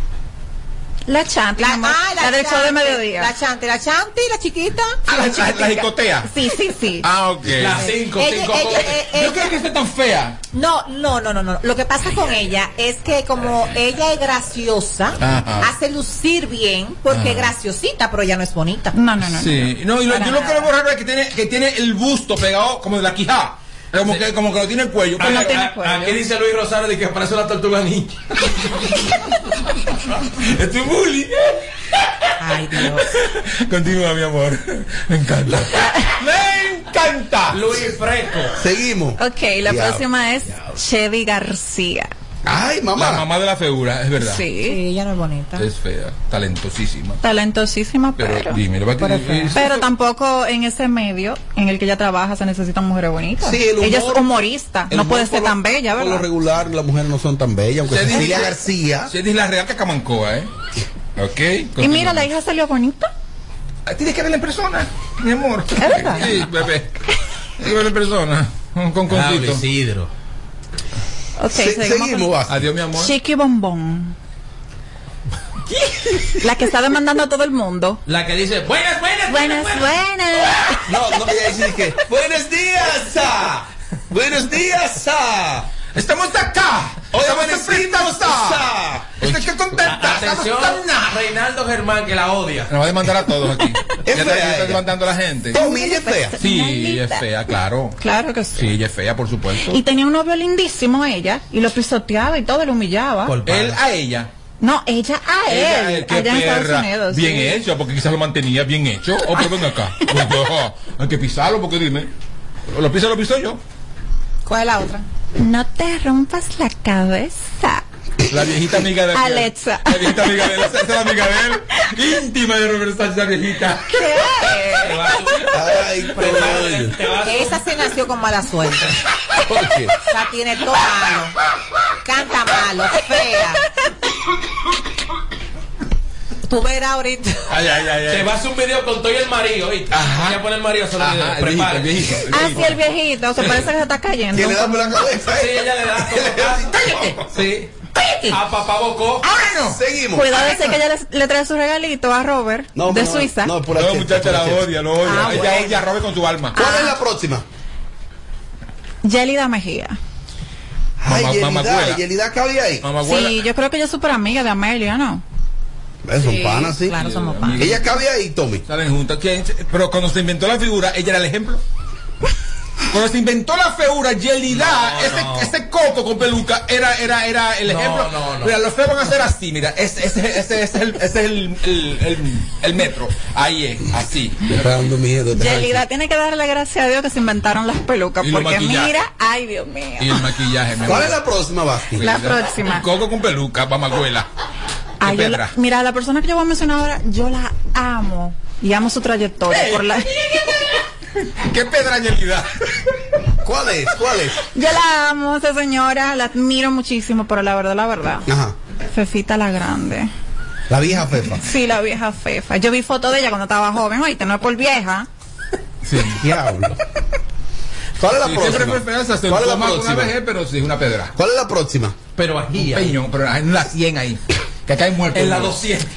Speaker 7: La Chanti. mi amor, la del show de
Speaker 8: ah, Chante,
Speaker 7: mediodía.
Speaker 8: La chante, la chante, la chiquita.
Speaker 1: Ah, la, la, la jicotea.
Speaker 8: Sí, sí, sí.
Speaker 1: Ah, ok.
Speaker 4: La cinco,
Speaker 8: Ella-
Speaker 4: cinco.
Speaker 8: ella-
Speaker 4: joder.
Speaker 8: eh,
Speaker 1: Yo
Speaker 8: ella-
Speaker 1: creo que está tan fea.
Speaker 8: No, no, no, no, no. Lo que pasa con ella es que como ella es graciosa,
Speaker 1: Ajá.
Speaker 8: hace lucir bien porque es graciosita, pero ella no es bonita.
Speaker 7: No, no, no.
Speaker 1: Sí. No, y lo- yo lo que veo raro es que tiene, que tiene el busto pegado como de la quijá. Como, que, como que lo tiene el cuello.
Speaker 4: Ah,
Speaker 1: Pero-
Speaker 4: ah, ah, Aquí dice Luis Rosario de que aparece una tortuga ninja.
Speaker 1: [laughs] Estoy bully.
Speaker 8: Ay, Dios.
Speaker 1: [laughs] Continúa, mi amor. [laughs] Me encanta. Me encanta.
Speaker 4: Luis Fresco.
Speaker 5: Seguimos.
Speaker 7: Ok, la
Speaker 5: Diablo,
Speaker 7: próxima es Chevy García.
Speaker 5: Ay,
Speaker 1: La
Speaker 5: mamá.
Speaker 1: mamá de la figura, es verdad.
Speaker 7: Sí.
Speaker 8: Sí, ella no es bonita.
Speaker 1: Es fea, talentosísima.
Speaker 7: Talentosísima,
Speaker 1: Pero
Speaker 7: pero.
Speaker 1: dime, ¿le va a
Speaker 8: pero
Speaker 1: tener-
Speaker 8: fea.
Speaker 7: Pero tampoco en ese medio en el que ella trabaja se necesitan mujeres bonitas.
Speaker 5: Sí, el humor-
Speaker 7: ella es humorista,
Speaker 5: El
Speaker 7: no
Speaker 5: humor
Speaker 7: puede
Speaker 5: por
Speaker 7: ser
Speaker 5: lo-
Speaker 7: tan bella,
Speaker 5: Por lo
Speaker 7: ¿verdad?
Speaker 5: regular, las mujeres no son tan bellas, aunque
Speaker 1: Se dice-
Speaker 5: Cecilia García.
Speaker 1: Si es de la real que Camancoa, ¿eh? Ok.
Speaker 7: Y
Speaker 1: continúa.
Speaker 7: mira, la hija salió bonita.
Speaker 1: Ah, Tienes que verla en persona, mi amor.
Speaker 7: verdad?
Speaker 1: Sí, bebé. Tienes que verla en persona. Un
Speaker 4: Pablo
Speaker 1: concurso.
Speaker 4: Isidro.
Speaker 7: Ok,
Speaker 5: Se-
Speaker 7: seguimos.
Speaker 5: seguimos, vas.
Speaker 1: Adiós, mi amor.
Speaker 7: con- Chiqui Bombón. La que está demandando a todo el mundo.
Speaker 4: La que dice, buenas, buenas,
Speaker 7: Buenas, buenas.
Speaker 5: No, no voy a decir que. Buenos días, Sa. Buenos días, Sa.
Speaker 1: Estamos acá.
Speaker 5: Hoy
Speaker 1: Estamos
Speaker 5: amanecimos, ah. Sa.
Speaker 1: Estoy que contenta.
Speaker 4: Atención,
Speaker 1: Estamos tan na-
Speaker 4: Ah, Reinaldo Germán, que la odia.
Speaker 1: Nos va a demandar a todos aquí. ya
Speaker 5: Es
Speaker 1: está,
Speaker 5: fea
Speaker 1: ya está
Speaker 5: ella.
Speaker 1: demandando a la gente.
Speaker 5: Tommy, ella es fea.
Speaker 1: Sí, es fea, claro.
Speaker 7: Claro que
Speaker 1: Sí,
Speaker 7: sí.
Speaker 1: ella es fea, por supuesto.
Speaker 7: Y tenía un novio lindísimo ella, y lo pisoteaba y todo, lo humillaba.
Speaker 4: Por
Speaker 1: Él
Speaker 4: pana.
Speaker 1: a ella.
Speaker 7: No, ella a
Speaker 1: Ella,
Speaker 7: él,
Speaker 1: qué
Speaker 7: allá en
Speaker 1: perra.
Speaker 7: Estados Unidos.
Speaker 1: Bien
Speaker 7: sí.
Speaker 1: hecho, porque quizás lo mantenía bien hecho. O pero ven acá. Pues, ojo, hay que pisarlo, porque dime. Lo pisa, lo piso yo.
Speaker 8: ¿Cuál es la otra?
Speaker 7: No te rompas la cabeza.
Speaker 1: La viejita amiga de
Speaker 7: Alexa.
Speaker 1: La viejita amiga de él. Esa es la amiga de él. Íntima de Robert Sánchez, la viejita. Eh,
Speaker 4: Te va a subir,
Speaker 5: Ay, coño.
Speaker 4: te va a subir.
Speaker 8: Esa se nació con mala suerte.
Speaker 5: ¿Por qué?
Speaker 8: La tiene todo malo. Canta malo, fea. Tú verás ahorita.
Speaker 1: Ay, ay, ay. ay.
Speaker 4: Te va a hacer un video con todo y el marido, ¿oíste?
Speaker 1: Ajá.
Speaker 4: Voy a poner el marido solo en el
Speaker 1: Ajá,
Speaker 4: video.
Speaker 1: el viejito, el
Speaker 4: Prepárate.
Speaker 1: viejito, el
Speaker 7: Ah, sí,
Speaker 1: viejito.
Speaker 7: el viejito, se parece que se está cayendo.
Speaker 5: ¿Quién le da por la cabeza?
Speaker 4: Sí, ella
Speaker 5: [laughs]
Speaker 4: le da como- Sí. A papá Bocó.
Speaker 5: Seguimos.
Speaker 7: Cuidado de ser que ella le, le trae su regalito a Robert
Speaker 5: No,
Speaker 7: de
Speaker 5: no,
Speaker 7: Suiza.
Speaker 5: No, por la
Speaker 1: No,
Speaker 5: cheta,
Speaker 1: muchacha
Speaker 5: por la
Speaker 1: la
Speaker 5: cheta.
Speaker 1: odia, lo odia.
Speaker 7: Ah,
Speaker 1: ella
Speaker 7: bueno.
Speaker 1: odia a Robert con su alma.
Speaker 5: ¿Cuál es la próxima?
Speaker 7: Yelida Mejía.
Speaker 5: Ay,
Speaker 1: Mamá-
Speaker 5: Yelida,
Speaker 1: mamacuela.
Speaker 5: Yelida cabe ahí.
Speaker 1: Mamá abuela.
Speaker 7: Sí, yo creo que ella es súper amiga de Amelia, ¿no?
Speaker 5: Eh, Son panas, sí.
Speaker 8: Claro, somos
Speaker 1: Sí,
Speaker 8: pan.
Speaker 5: Ella cabe ahí, Tommy.
Speaker 1: Saben juntas. ¿Quién? Pero cuando se inventó la figura, ella era el ejemplo. Cuando se inventó la figura, Yelida,
Speaker 4: No,
Speaker 1: ese,
Speaker 4: no.
Speaker 1: ese coco con peluca, era, era, era el
Speaker 4: No,
Speaker 1: ejemplo.
Speaker 4: no, no.
Speaker 1: Mira, los feos van a hacer así, mira, ese, ese, ese, ese es el, ese es el, el, el- el metro. Ahí es, así.
Speaker 5: Me está dando miedo. déjame.
Speaker 7: Yelida tiene que darle gracias a Dios que se inventaron las pelucas.
Speaker 1: Y los
Speaker 7: Porque
Speaker 1: maquillajes.
Speaker 7: mira, ay, Dios mío.
Speaker 1: Y el maquillaje, mi
Speaker 5: ¿Cuál
Speaker 1: amor.
Speaker 5: es la próxima, Basti?
Speaker 7: La
Speaker 1: Yelida.
Speaker 7: próxima.
Speaker 1: El coco con peluca, mamacuela.
Speaker 7: Ay, yo la-
Speaker 1: perra.
Speaker 7: mira, la persona que yo voy a mencionar ahora, yo la amo. Y amo su trayectoria. Por la,
Speaker 1: ¿Qué pedra, Yelida?
Speaker 5: ¿Cuál es? ¿Cuál es?
Speaker 7: yo la amo, esa señora, la admiro muchísimo, pero la verdad, la verdad.
Speaker 5: Ajá.
Speaker 7: Fefita la Grande.
Speaker 5: La vieja Fefa.
Speaker 7: Sí, la vieja Fefa. Yo vi foto de ella cuando estaba joven, oíste, no es por vieja.
Speaker 5: Diablo. ¿Cuál es la
Speaker 1: Sí, siempre fue
Speaker 5: próxima?
Speaker 1: fea, se
Speaker 5: ¿Cuál es
Speaker 1: acentuó
Speaker 5: la
Speaker 1: más con una
Speaker 5: próxima?
Speaker 1: vejez, pero sí, una pedra.
Speaker 5: ¿Cuál es la próxima?
Speaker 4: Pero bajía.
Speaker 1: Peñón, pero en la 100 ahí. Que acá hay muertos.
Speaker 4: En la 200.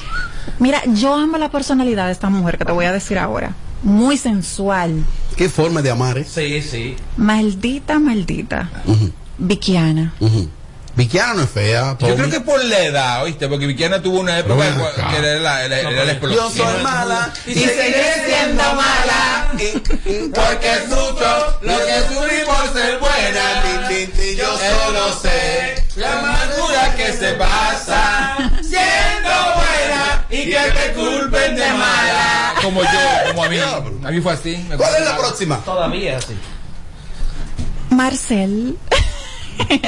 Speaker 7: Mira, yo amo la personalidad de esta mujer que te voy a decir ahora. Muy sensual.
Speaker 5: ¿Qué forma de amar es?
Speaker 4: Sí, sí.
Speaker 7: Maldita, maldita. Vikiana.
Speaker 5: Ujú. Viquiana no es fea.
Speaker 1: Yo
Speaker 5: Tommy.
Speaker 1: creo que por la edad, ¿oíste? Porque Viquiana tuvo una época
Speaker 5: Pero ven acá.
Speaker 1: que era la, era- era la
Speaker 5: Yo
Speaker 1: explosión.
Speaker 5: soy mala
Speaker 4: Y seguiré
Speaker 5: siendo mala.
Speaker 1: Porque es mucho lo que sufrí por ser buena.
Speaker 5: Yo
Speaker 1: Eso lo sé. La amargura que se pasa siendo buena y que te culpen de mala.
Speaker 4: [laughs]
Speaker 1: como yo, como a mí. A mí fue así. me
Speaker 5: ¿Cuál es la
Speaker 1: acordaba.
Speaker 5: próxima?
Speaker 9: Todavía así.
Speaker 7: Marcel.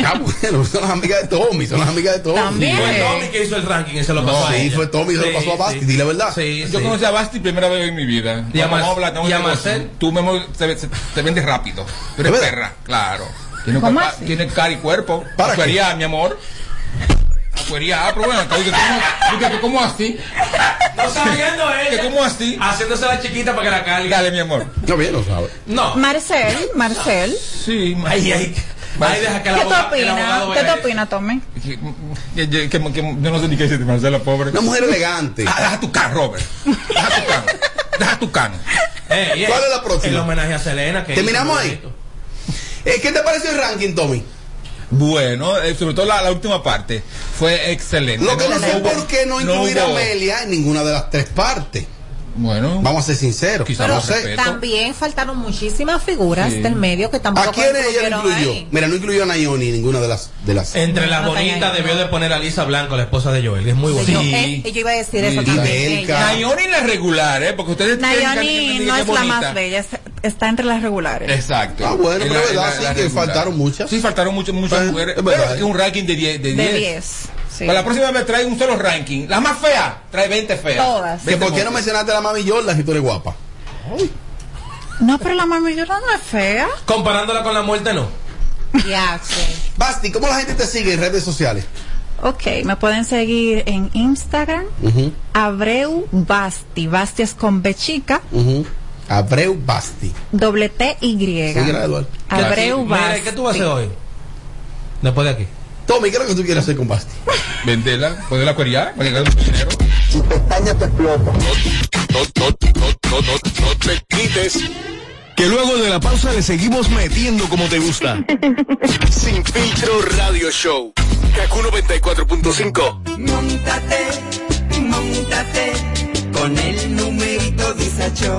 Speaker 5: Ah, bueno, son las amigas de Tommy, son las amigas de Tommy.
Speaker 7: También.
Speaker 4: Fue Tommy que hizo el ranking, ese lo pasó a
Speaker 5: Sí,
Speaker 4: ella.
Speaker 5: fue Tommy, se lo
Speaker 4: Sí,
Speaker 5: pasó a Basti,
Speaker 4: sí.
Speaker 5: di la verdad.
Speaker 4: Sí,
Speaker 1: Yo
Speaker 4: sí.
Speaker 1: conocí a Basti primera vez en mi vida.
Speaker 4: Y a
Speaker 1: Vamos
Speaker 4: Mar-
Speaker 1: hablar, tengo
Speaker 4: y a
Speaker 1: que-
Speaker 4: Marcel.
Speaker 1: Tú mismo te, se- te vendes rápido. Tú eres
Speaker 5: ¿De verdad?
Speaker 1: perra, claro. Tienes,
Speaker 7: ¿Cómo
Speaker 1: cuerpa-
Speaker 7: así?
Speaker 1: tienes cara y cuerpo.
Speaker 5: ¿Para qué?
Speaker 1: Acuería, mi amor. Acuería, ah, pero bueno, que- que- que- que- que- ¿cómo así?
Speaker 9: No sabiendo
Speaker 1: ¿Que
Speaker 9: ella.
Speaker 1: ¿Cómo así?
Speaker 9: Haciéndose la chiquita para que la cargue.
Speaker 1: Dale, mi amor.
Speaker 5: No, bien, lo sabe.
Speaker 9: [laughs] No.
Speaker 7: Marcel, Marcel.
Speaker 1: Sí, ma-
Speaker 9: Ay, ay. Ay, deja que el
Speaker 7: ¿Qué tú
Speaker 9: abogado- el
Speaker 7: opinas?
Speaker 9: abogado
Speaker 7: ¿Qué
Speaker 9: vea
Speaker 7: tú opinas, Tommy?
Speaker 1: que- que- que- que- que- yo no sé ni qué decirte, Marcela, pobre.
Speaker 5: Una mujer elegante.
Speaker 1: Ah, deja tu can, Robert. Deja tu can. Deja tu can.
Speaker 4: Eh, y
Speaker 5: ¿Cuál
Speaker 4: el-
Speaker 5: es la próxima?
Speaker 4: El homenaje a Selena. Que
Speaker 5: ¿Terminamos ahí?
Speaker 4: hizo un
Speaker 5: Eh, ¿Qué te pareció el ranking, Tommy?
Speaker 1: Bueno, eh, sobre todo la, la última parte fue excelente.
Speaker 5: Lo que no, sé
Speaker 1: hubo-
Speaker 5: por qué no incluir a
Speaker 1: hubo-
Speaker 5: Amelia en ninguna de las tres partes.
Speaker 1: Bueno,
Speaker 5: Vamos a ser sinceros.
Speaker 1: Quizá
Speaker 5: no
Speaker 1: por
Speaker 5: sé.
Speaker 1: respeto.
Speaker 8: También faltaron muchísimas figuras del medio que tampoco
Speaker 5: ¿A quién ella no
Speaker 8: estuvieron
Speaker 5: incluyó?
Speaker 8: ahí.
Speaker 5: Mira, no incluyó a Nayoni en ninguna de las. De las
Speaker 4: Entre
Speaker 8: No,
Speaker 4: las
Speaker 8: no está
Speaker 4: bonitas
Speaker 8: ahí,
Speaker 4: debió
Speaker 8: no.
Speaker 4: de poner a Lisa Blanco, la esposa de Joel. que Es muy bonita.
Speaker 8: Yo,
Speaker 1: Sí.
Speaker 8: eh, yo iba a decir eso
Speaker 5: Y
Speaker 8: también.
Speaker 5: Belka.
Speaker 8: ella.
Speaker 1: Nayoni la regular, ¿eh? Porque ustedes tienen que alguien me
Speaker 7: Nayoni
Speaker 1: diga
Speaker 7: no
Speaker 1: que
Speaker 7: es la
Speaker 1: bonita.
Speaker 7: más bella, es- está entre las regulares.
Speaker 1: Exacto.
Speaker 5: Ah, bueno,
Speaker 1: Es
Speaker 5: pero verdad, sí, que
Speaker 1: regular.
Speaker 5: faltaron muchas.
Speaker 1: Sí, faltaron muchas, muchas
Speaker 5: Pues,
Speaker 1: mujeres.
Speaker 5: es
Speaker 1: Pero
Speaker 5: verdad.
Speaker 1: es que un ranking de 10. Eh, De
Speaker 7: De
Speaker 1: 10.
Speaker 7: 10. sí.
Speaker 1: Para la próxima me trae un solo ranking. La más fea, trae 20 feas.
Speaker 7: Todas.
Speaker 5: ¿Que ¿Por qué no
Speaker 1: monstruos.
Speaker 5: mencionaste a la mami Jordan si tú eres guapa?
Speaker 7: No, pero la mami Jordan no es fea.
Speaker 4: Comparándola con la muerte, no.
Speaker 8: Ya, sí.
Speaker 5: Basti, ¿cómo la gente te sigue en redes sociales?
Speaker 7: Ok, me pueden seguir en Instagram.
Speaker 5: Ujú,
Speaker 7: Abreu Basti. Basti es con B chica,
Speaker 5: ujú. Abreu Basti.
Speaker 7: doble T Y.
Speaker 5: Sigue gradual.
Speaker 7: Abreu
Speaker 4: Mira, ¿y
Speaker 7: Basti.
Speaker 4: ¿qué tú vas a hacer hoy? Después de aquí.
Speaker 5: Tommy, ¿qué es lo que tú quieres hacer con Basti?
Speaker 1: Vendela, poderla cuerear, para que gane mucho dinero.
Speaker 10: No, no, no, no, no, no te quites.
Speaker 3: Que luego de la pausa le seguimos metiendo como te gusta.
Speaker 10: Sin filtro radio show. Kaku 94.5.
Speaker 11: Montate, montate con el numerito disacho.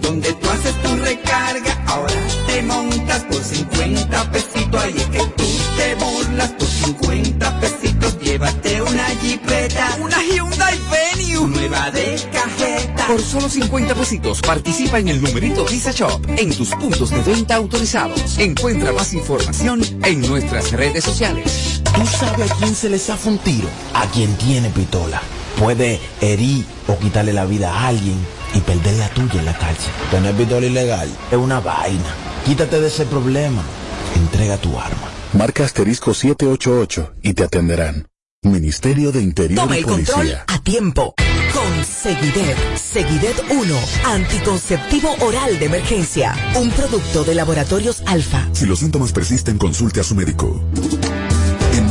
Speaker 11: Donde tú haces tu recarga, ahora te montas por 50 pesitos. Ahí es que tú te burlas por 50 pesitos. Llévate una jipeta, una Hyundai Venue, nueva de cajeta.
Speaker 3: Por solo 50 pesitos participa en el numerito Visa Shop en tus puntos de venta autorizados. Encuentra más información en nuestras redes sociales.
Speaker 12: Tú sabes a quién se le zafa [laughs] un tiro, a quien tiene pistola. Puede herir o quitarle la vida a alguien y perder la tuya en la cárcel. Tener pistola ilegal es una vaina. Quítate de ese problema. Entrega tu arma.
Speaker 10: Marca asterisco 788 y te atenderán. Ministerio de Interior
Speaker 11: Toma
Speaker 10: y
Speaker 11: el control
Speaker 10: Policía.
Speaker 11: a tiempo. Con Seguidet. Seguidet 1. Anticonceptivo oral de emergencia. Un producto de laboratorios alfa.
Speaker 10: Si los síntomas persisten, consulte a su médico.
Speaker 13: En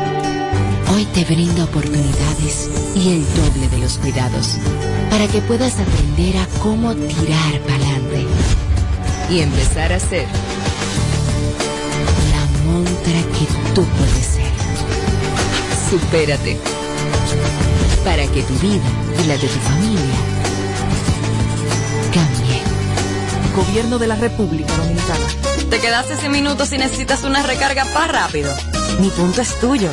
Speaker 11: Hoy te brinda oportunidades y el doble de los cuidados para que puedas aprender a cómo tirar pa'lante y empezar a ser la montra que tú puedes ser. Supérate para que tu vida y la de tu familia cambie. Gobierno de la República Dominicana.
Speaker 13: Te quedaste sin minutos y necesitas una recarga más rápido. Mi punto es tuyo.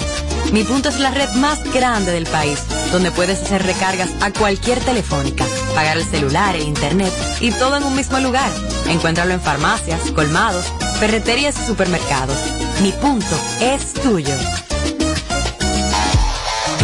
Speaker 13: Mi punto es la red más grande del país, donde puedes hacer recargas a cualquier telefónica, pagar el celular, el internet y todo en un mismo lugar. Encuéntralo en farmacias, colmados, ferreterías y supermercados. Mi punto es tuyo.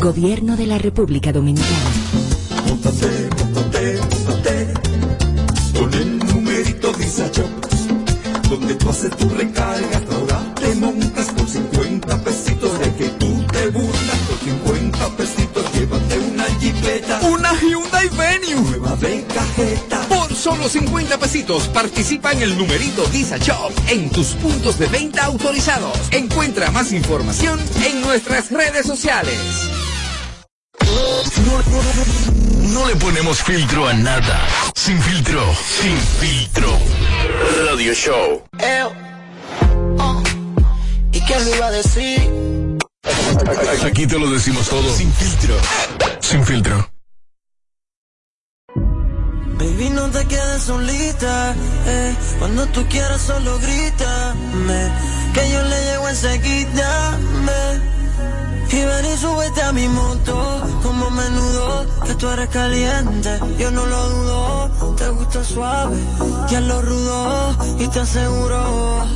Speaker 11: Gobierno de la República Dominicana.
Speaker 6: Móntate, móntate, móntate. Con el numerito Disacho, donde tú haces tu recarga, ahora te montas por 50 pesitos de que tú te burlas por 50 pesitos, llévate una jipeta.
Speaker 3: Una Hyundai Venue.
Speaker 6: Nueva de cajeta.
Speaker 3: Por solo 50 pesitos participa en el numerito Visa Shop en tus puntos de venta autorizados. Encuentra más información en nuestras redes sociales.
Speaker 13: No le ponemos filtro a nada. Sin filtro, sin filtro. Radio Show.
Speaker 2: Eo. Oh. ¿Y quién lo iba a decir?
Speaker 13: Aquí te lo decimos todo. Sin filtro. Sin filtro.
Speaker 2: Baby, no te quedes solita. eh. Cuando tú quieras, solo grítame. Que yo le llego enseguida. me. Y ven y súbete a mi moto. Como menudo, que tú eres caliente. Yo no lo dudo. Te gusta suave. Ya lo rudo. Y te aseguro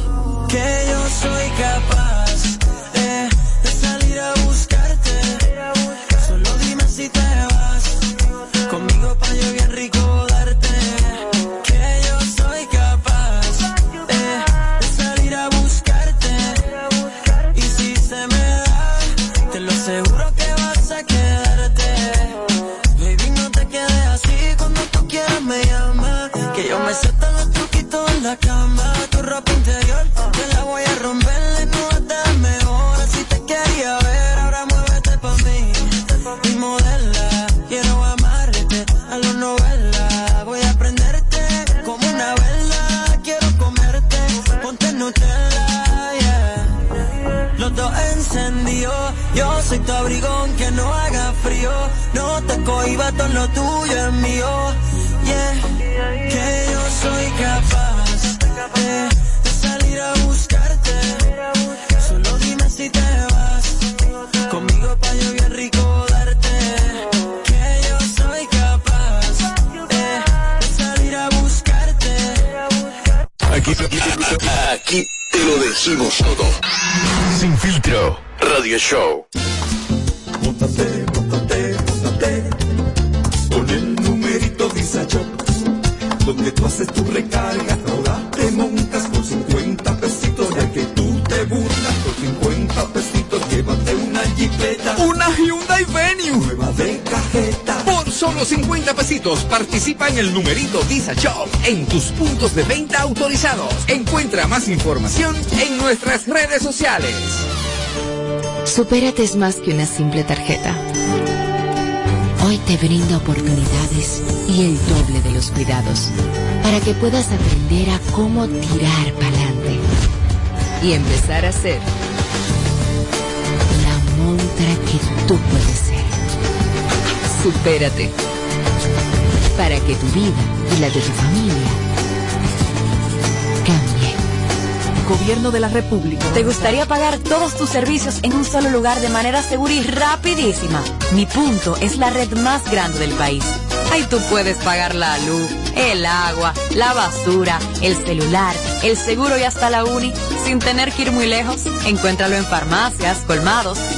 Speaker 2: que yo soy capaz. eh, de salir a buscarte. Solo dime si te vas. Conmigo pa' yo bien rico darte Que yo soy capaz eh, De salir a buscarte Y si se me da Te lo aseguro que vas a quedarte Baby, no te quedes así Cuando tú quieras me llama Que yo me siento los truquitos en la cama Tu ropa interior Te la voy a romper La nueva está mejor Si te quería ver Ahora muévete pa' mí y modela. Quiero amarte a los novela. Voy a prenderte como una vela. Quiero comerte, ponte Nutella. yeah. Los dos encendidos. Yo soy tu abrigón que no haga frío. No te cohibas, todo lo tuyo es mío. Yeah, que yo soy capaz eh, de salir a buscarte. Solo dime si te vas. Conmigo pa' yo bien rico darte Que yo soy capaz eh, De salir a buscarte
Speaker 13: Aquí, aquí te lo decimos todo. Sin filtro. Radio Show.
Speaker 6: Con el numerito Visa Shop, donde tú haces tu recarga, ahora te montas por 50 pesitos, ya que tú te burlas por 50 pesitos, llévate una jipeta.
Speaker 3: Una Hyundai Venue.
Speaker 6: Nueva de cajeta.
Speaker 3: Por solo 50 pesitos participa en el numerito Visa Shop en tus puntos de venta autorizados. Encuentra más información en nuestras redes sociales.
Speaker 11: Supérate es más que una simple tarjeta. Hoy te brinda oportunidades y el doble de los cuidados para que puedas aprender a cómo tirar pa'lante y empezar a ser la montra que tú puedes ser. Supérate para que tu vida y la de tu familia
Speaker 14: Gobierno de la República.
Speaker 10: ¿Te gustaría pagar todos tus servicios en un solo lugar de manera segura y rapidísima? Mi punto es la red más grande del país. Ahí tú puedes pagar la luz, el agua, la basura, el celular, el seguro y hasta la uni sin tener que ir muy lejos. Encuéntralo en farmacias, colmados,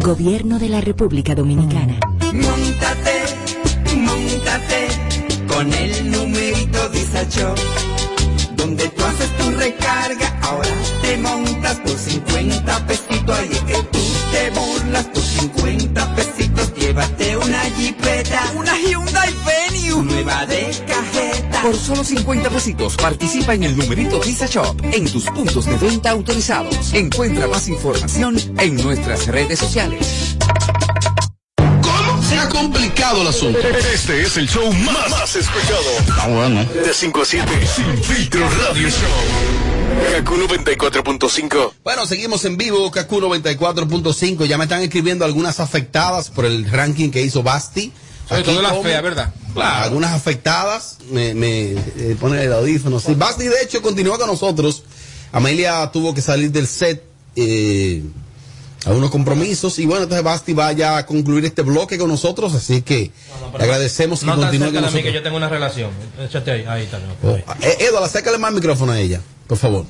Speaker 11: Gobierno de la República Dominicana.
Speaker 6: Móntate, móntate con el numerito Visa Shop, donde tú haces tu recarga, ahora te montas por 50 pesitos, ahí es que tú te burlas por 50 pesitos, llévate
Speaker 15: forma de cajeta.
Speaker 16: Por solo 50 pesitos participa en el numerito Visa Shop en tus puntos de venta autorizados. Encuentra más información en nuestras redes sociales.
Speaker 5: ¿Cómo? Se ha complicado el asunto.
Speaker 17: Este es el show más, más escuchado.
Speaker 5: Ah, bueno.
Speaker 17: De 5 a 7. Sin filtro radio show. Kaku 94.5.
Speaker 5: Bueno, seguimos en vivo, KQ 94.5. Ya me están escribiendo algunas afectadas por el ranking que hizo Basti.
Speaker 1: Sobre todo
Speaker 5: Aquí
Speaker 1: las
Speaker 5: como-
Speaker 1: feas, ¿verdad?
Speaker 5: Claro, algunas afectadas me, me eh, pone el audífono. Sí, Basti, de hecho, continúa con nosotros. Amelia tuvo que salir del set eh, a unos compromisos. Y bueno, entonces Basti va ya a concluir este bloque con nosotros. Así que le agradecemos y
Speaker 4: No tan
Speaker 5: continúe
Speaker 4: cerca
Speaker 5: con
Speaker 4: de mí que
Speaker 5: nosotros.
Speaker 4: yo tengo una relación. Échate ahí, ahí está. no.
Speaker 5: Oh, eh, Eduardo, sácale más micrófono a ella, por favor.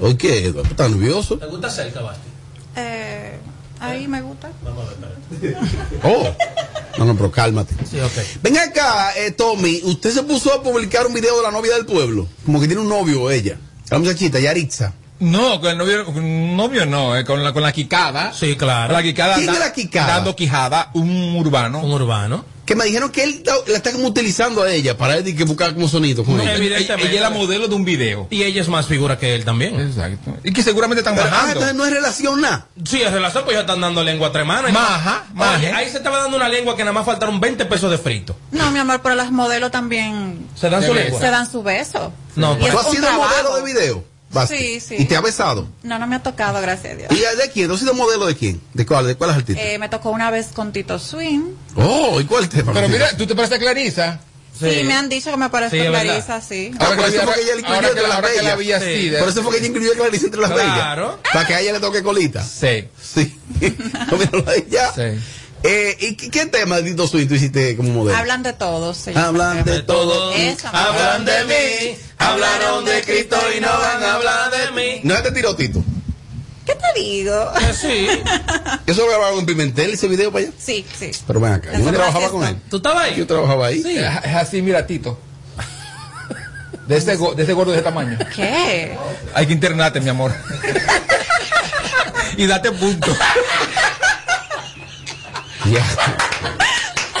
Speaker 5: ¿Oye qué, Eduardo? ¿Estás nervioso?
Speaker 4: ¿Te gusta cerca, Basti?
Speaker 7: Eh, ahí me gusta.
Speaker 5: Oh. No, no, pero cálmate.
Speaker 4: Sí, ok.
Speaker 5: Venga acá, eh, Tommy, usted se puso a publicar un video de la novia del pueblo. Como que tiene un novio ella. La muchachita, Yaritza.
Speaker 1: No, con el novio, con el novio no, eh, con, la, con la quicada.
Speaker 4: Sí, claro.
Speaker 1: La quicada.
Speaker 5: ¿Quién
Speaker 1: da-
Speaker 5: es la quicada?
Speaker 1: Dando quijada, un urbano.
Speaker 4: Un urbano.
Speaker 5: Que me dijeron que él la- la está como utilizando a ella para él y que buscar como sonido con ella.
Speaker 1: Ella, ella es la modelo de un video.
Speaker 4: Y ella es más figura que él también. ah,
Speaker 1: Exacto. Y que seguramente están bajando.
Speaker 5: ah, no es relación nada.
Speaker 4: Sí, es relación, pues ya están dando lengua a tres manos.
Speaker 1: Maja, maja.
Speaker 4: Oye, ahí se estaba dando una lengua que nada más faltaron 20 pesos de frito.
Speaker 7: No, mi amor, pero las modelos también
Speaker 4: Se dan su lengua.
Speaker 7: se dan su beso.
Speaker 4: No,
Speaker 7: Y
Speaker 4: pero-
Speaker 7: es
Speaker 5: ¿Tú has
Speaker 7: un
Speaker 5: sido
Speaker 7: trabajo.
Speaker 5: modelo de video? Basti?
Speaker 7: Sí, sí.
Speaker 5: ¿Y te ha besado?
Speaker 7: No, no me ha tocado, gracias a Dios.
Speaker 5: ¿Y de quién? ¿Tú has sido modelo de quién? ¿De cuál? ¿De cuál artista?
Speaker 7: Eh, me tocó una vez con Tito Swing.
Speaker 5: Oh, ¿y cuál tema?
Speaker 1: Pero mira, tú te pareces a Clarisa.
Speaker 7: Sí. me han dicho que me parezco
Speaker 1: Sí, es
Speaker 7: a
Speaker 1: verdad.
Speaker 7: Clarisa, sí.
Speaker 5: Ah, por
Speaker 1: Ahora que
Speaker 5: eso
Speaker 1: la-
Speaker 5: fue que ella le
Speaker 1: ahora
Speaker 5: incluyó
Speaker 1: que
Speaker 5: entre
Speaker 1: la-
Speaker 5: las
Speaker 1: ahora que la
Speaker 5: bellas.
Speaker 1: vi así,
Speaker 5: Sí.
Speaker 1: de-
Speaker 5: Por eso fue que ella incluyó a Clarice entre las
Speaker 1: Claro.
Speaker 5: bellas. Para que a ella le toque colita.
Speaker 1: Sí.
Speaker 5: Sí. [laughs] No, míralo ahí ya. Eh, ¿Y qué, qué tema de Tito Swing tú hiciste como modelo?
Speaker 7: Hablan de todos. se llama.
Speaker 5: Hablan de todo.
Speaker 7: Esa,
Speaker 5: Hablan de mí.
Speaker 7: Hablaron de Cristo y no van a hablar
Speaker 4: de mí.
Speaker 5: No este tiró Tito.
Speaker 7: ¿Qué te digo?
Speaker 4: Sí.
Speaker 5: Eso lo grabaron en Pimentel ese video para allá.
Speaker 7: Sí, sí.
Speaker 5: Pero ven acá, yo no trabajaba con él.
Speaker 4: ¿Tú estabas ahí?
Speaker 5: Yo trabajaba ahí.
Speaker 1: Es es así, mira, Tito. [laughs] De ese, go- de ese gordo de ese tamaño.
Speaker 7: ¿Qué?
Speaker 1: Hay que internarte, mi amor. y date punto.
Speaker 5: Ya. [laughs]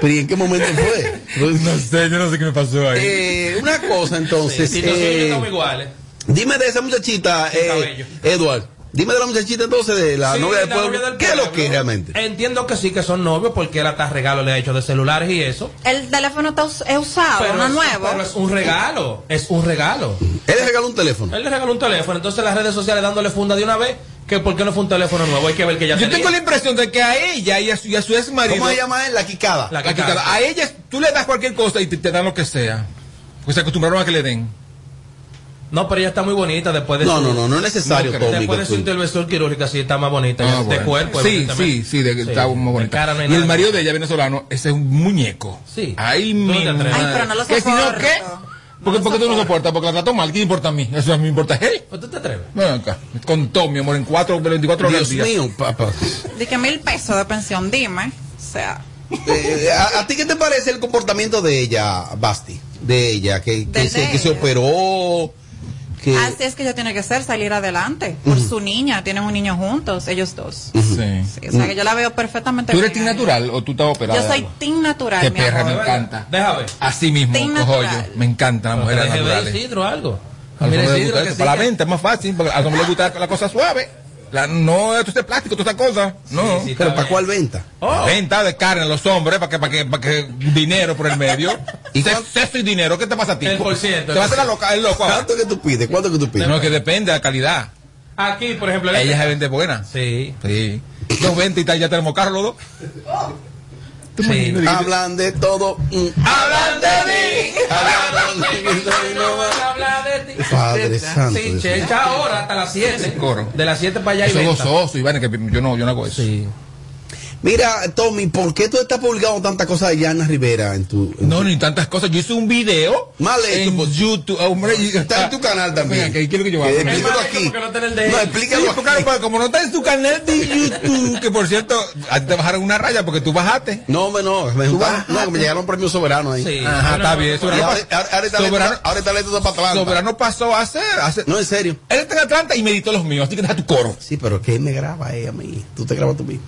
Speaker 5: Pero ¿y en qué momento fue?
Speaker 1: No sé, yo no sé qué me pasó ahí.
Speaker 5: Eh, una cosa entonces.
Speaker 4: Sí, Tito Swing y yo
Speaker 5: eh,
Speaker 4: estamos iguales.
Speaker 5: Dime de esa muchachita, eh,
Speaker 4: cabello.
Speaker 5: Edward. Dime de la muchachita entonces, de la
Speaker 4: Sí,
Speaker 5: novia del
Speaker 4: la
Speaker 5: pueblo.
Speaker 4: novia del
Speaker 5: ¿Qué es lo
Speaker 4: pueblo.
Speaker 5: que es realmente?
Speaker 4: Entiendo que sí que son novios porque él hasta regalo le ha hecho de celulares y eso.
Speaker 7: El teléfono está us- es usado, no
Speaker 4: es,
Speaker 7: Ah, nuevo. [laughs]
Speaker 4: pero es un regalo. Es un regalo.
Speaker 5: Él le regaló un teléfono.
Speaker 4: Él le regaló un teléfono, entonces las redes sociales dándole funda de una vez, que por qué no fue un teléfono nuevo, hay que ver que ya
Speaker 1: Yo
Speaker 4: tenía.
Speaker 1: tengo la impresión de que a ella y a su, y a su ex marido.
Speaker 5: ¿Cómo se llama él? La quicada.
Speaker 4: La
Speaker 1: La
Speaker 4: que
Speaker 1: quicada.
Speaker 4: cae.
Speaker 1: A ella tú le das cualquier cosa y te, te dan lo que sea. Pues se acostumbraron a que le den.
Speaker 4: No, pero ella está muy bonita después de
Speaker 5: No,
Speaker 4: su-
Speaker 5: no, no, no es necesario,
Speaker 1: No, que-
Speaker 5: Tommy.
Speaker 4: Después de su
Speaker 5: que tú-
Speaker 4: intervención quirúrgica sí está más bonita, ya
Speaker 1: Ah,
Speaker 4: de
Speaker 1: bueno.
Speaker 4: cuerpo.
Speaker 1: Sí, sí,
Speaker 4: evidentemente.
Speaker 1: sí, de, está muy
Speaker 4: de
Speaker 1: bonita.
Speaker 4: cara no hay
Speaker 1: y el
Speaker 4: nada.
Speaker 1: marido de ella, venezolano, ese es un muñeco.
Speaker 4: Sí.
Speaker 1: Ay,
Speaker 4: No
Speaker 1: mi
Speaker 4: te atreves.
Speaker 7: Ay, pero no lo
Speaker 1: ¿Qué si no
Speaker 7: soporto.
Speaker 1: qué? Porque, porque tú no soportas, porque la trato mal, ¿qué importa a mí? Eso a mí me importa. Hey,
Speaker 4: Pues tú te atreves.
Speaker 1: ven acá. Con todo, mi amor, en cuatro, 24 horas
Speaker 5: Dios
Speaker 1: al día.
Speaker 5: mío, papá.
Speaker 7: Dije mil pesos de pensión, dime. O sea,
Speaker 5: Eh, ¿a, a ti qué te parece el comportamiento de ella, Basti? De ella, que, que
Speaker 7: Del
Speaker 5: se,
Speaker 7: de
Speaker 5: que se
Speaker 7: ella. Ah,
Speaker 5: operó. Que...
Speaker 7: así es que ella tiene que ser, salir adelante. Por
Speaker 5: Mm.
Speaker 7: su niña, tienen un niño juntos, ellos dos.
Speaker 1: Sí.
Speaker 7: Sí, o
Speaker 5: Mm.
Speaker 7: sea, que yo la veo perfectamente
Speaker 1: ¿Tú eres team
Speaker 7: bien.
Speaker 1: natural o tú estás operada?
Speaker 7: Yo
Speaker 1: de
Speaker 7: soy
Speaker 1: algo?
Speaker 7: team natural,
Speaker 1: Qué
Speaker 7: mi
Speaker 1: perra,
Speaker 7: amor.
Speaker 1: me encanta.
Speaker 4: Deja ver.
Speaker 1: Así mismo,
Speaker 7: Team
Speaker 1: cojo
Speaker 7: natural.
Speaker 1: yo. Me encantan las mujeres
Speaker 4: Deje ver
Speaker 1: naturales.
Speaker 4: Isidro algo.
Speaker 1: Al
Speaker 4: Mira,
Speaker 1: hombre le
Speaker 4: Isidro,
Speaker 1: gusta
Speaker 4: que
Speaker 1: eso,
Speaker 4: sí,
Speaker 1: para la
Speaker 4: que-
Speaker 1: venta es más fácil, porque al hombre le gusta la cosa suave. La, no esto es de plástico, toda esta cosa. No.
Speaker 4: Sí, sí,
Speaker 5: ¿Pero
Speaker 4: está
Speaker 5: para
Speaker 4: bien.
Speaker 5: cuál venta?
Speaker 4: Oh.
Speaker 1: Venta de carne a los hombres para que, para que, para que dinero por el medio. y sexo y dinero, ¿qué te pasa a ti?
Speaker 4: El por ciento.
Speaker 1: Te va a hacer la loca, el loco ahora.
Speaker 5: ¿Cuánto que tú pides? ¿Cuánto que tú pides?
Speaker 1: No, que depende de la calidad.
Speaker 4: Aquí, por ejemplo,
Speaker 1: Ella se vende buena.
Speaker 4: Sí.
Speaker 1: Sí. Dos ventas y tal, ya tenemos carro los dos.
Speaker 4: Sí.
Speaker 5: Hablan de todo. mm,
Speaker 4: Hablan de mí.
Speaker 5: hablan de-
Speaker 4: No van a hablar de ti.
Speaker 5: Padre santo.
Speaker 4: Sí,
Speaker 5: Dios mío.
Speaker 4: checa ahora hasta las 7.
Speaker 1: Coro.
Speaker 4: De las 7 para allá y
Speaker 1: Eso es
Speaker 4: venta.
Speaker 1: gozoso, Iván, que yo no, yo no hago eso.
Speaker 4: Sí.
Speaker 5: Mira, Tommy, ¿por qué tú estás publicando tanta cosa de Yana Rivera en tu... en
Speaker 1: No, ni tantas cosas. Yo hice un video.
Speaker 5: Mal hecho,
Speaker 1: en
Speaker 5: pues.
Speaker 1: YouTube. Ah, Hombre, y-
Speaker 5: Está en tu canal también.
Speaker 1: Venga, que quiero que yo
Speaker 5: Que
Speaker 1: haga.
Speaker 5: explícalo
Speaker 4: Es mal hecho
Speaker 5: aquí.
Speaker 4: porque no tiene el de
Speaker 5: No,
Speaker 4: él.
Speaker 1: Sí,
Speaker 5: explícalo
Speaker 1: porque,
Speaker 5: aquí.
Speaker 1: claro, como no está en tu canal de YouTube, que por cierto, a ti te bajaron una raya porque tú bajaste.
Speaker 5: No, hombre, no. Me juntaron,
Speaker 1: bajaste.
Speaker 5: no, que me llegaron premios soberanos ahí.
Speaker 4: Sí.
Speaker 5: Y
Speaker 1: Ajá, está bien. Soberano,
Speaker 5: Ahora,
Speaker 1: pasó-
Speaker 5: ahora, ahora está
Speaker 1: Soberano-
Speaker 5: lento- ahora está lento para Atlanta.
Speaker 1: Soberano pasó a hacer. a hacer-
Speaker 5: No, en serio.
Speaker 1: Él está en Atlanta y me editó los míos, así que deja tu coro.
Speaker 4: [laughs]
Speaker 5: Sí, pero que él me graba eh, a mí. Tú te grabas tú mismo.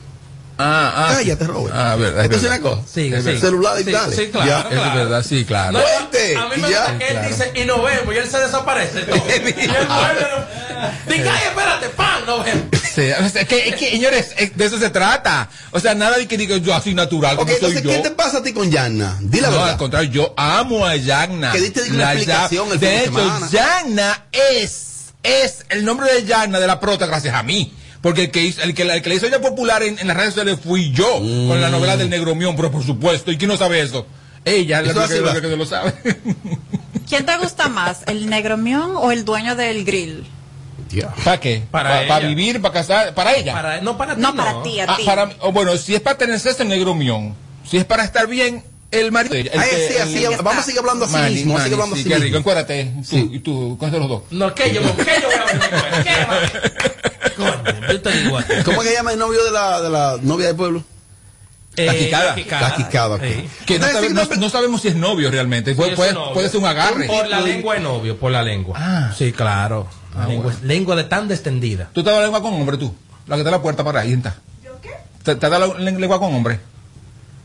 Speaker 1: Ah, ah.
Speaker 5: Cállate, Robert.
Speaker 1: Ah, verdad.
Speaker 5: Entonces la cosa.
Speaker 1: Sigue, sigue.
Speaker 5: Celular y
Speaker 1: Sí,
Speaker 5: dale.
Speaker 1: sí, claro,
Speaker 5: Ya.
Speaker 1: claro. Es verdad, sí, claro.
Speaker 5: No, este.
Speaker 4: A mí me gusta que él dice y nos vemos y él
Speaker 18: [laughs]
Speaker 4: se desaparece. todo. y él vuelve. no- Dice, ay, espérate, pan, nos vemos.
Speaker 1: Sí, o sea, que, es que, señores, eh, de eso se trata. O sea, nada de que diga yo así natural como soy
Speaker 5: Ok, entonces,
Speaker 1: yo.
Speaker 5: ¿qué te pasa a ti con Yanna? Di la
Speaker 1: no,
Speaker 5: verdad.
Speaker 1: al contrario, yo amo a Yanna.
Speaker 5: Que diste una
Speaker 1: La
Speaker 5: explicación
Speaker 1: Ya-
Speaker 5: el fin de
Speaker 1: De
Speaker 5: semana.
Speaker 1: hecho, Yanna es, es el nombre de Yanna de la prota gracias a mí. Porque el que, hizo- el que, la- el que le hizo ella popular en, en las redes sociales fui yo, con la novela del Negro Mión, pero por supuesto. ¿Y quién no sabe eso? Ella,
Speaker 5: Eso
Speaker 1: la que,
Speaker 5: así va.
Speaker 1: la que lo sabe.
Speaker 7: ¿Quién te gusta más, el negro mión o el dueño del grill?
Speaker 1: ¿Para qué?
Speaker 4: Para
Speaker 1: Pa-
Speaker 4: ella.
Speaker 1: pa vivir, para casar, para ella.
Speaker 4: Para- no para ti.
Speaker 7: No, para ti, a
Speaker 1: Ah,
Speaker 7: ti.
Speaker 1: para mí- oh, bueno, si es para tener sexo, el negro mión. Si es para estar bien, el marido. de ella, el
Speaker 5: Ay,
Speaker 1: que-
Speaker 5: sí, así,
Speaker 1: el-
Speaker 5: vamos a seguir hablando así
Speaker 1: Mani,
Speaker 5: mismo, vamos a seguir
Speaker 1: Mani,
Speaker 5: hablando
Speaker 1: sí,
Speaker 5: así
Speaker 1: qué
Speaker 5: mismo.
Speaker 1: rico. Encuérdate, tú, y tú, con los dos.
Speaker 4: No, que yo, que yo voy a venir, pues, ¿qué va? Coño, yo te digo a ti.
Speaker 5: ¿Cómo es que llama el novio de la, de la novia del pueblo?
Speaker 4: Eh,
Speaker 1: La quicada.
Speaker 5: La quicada, ok.
Speaker 1: Que no, sabe- no- no sabemos si es novio realmente. Puede,
Speaker 4: Puede
Speaker 1: puede- puede ser un agarre. Ah,
Speaker 4: Por la lengua de novio, por la lengua. Sí, claro. lengua, lengua de tan destendida.
Speaker 1: ¿Tú te das la lengua con hombre, tú? La que te da la puerta para ahí, ¿está? ¿Te, te da la la lengua con hombre?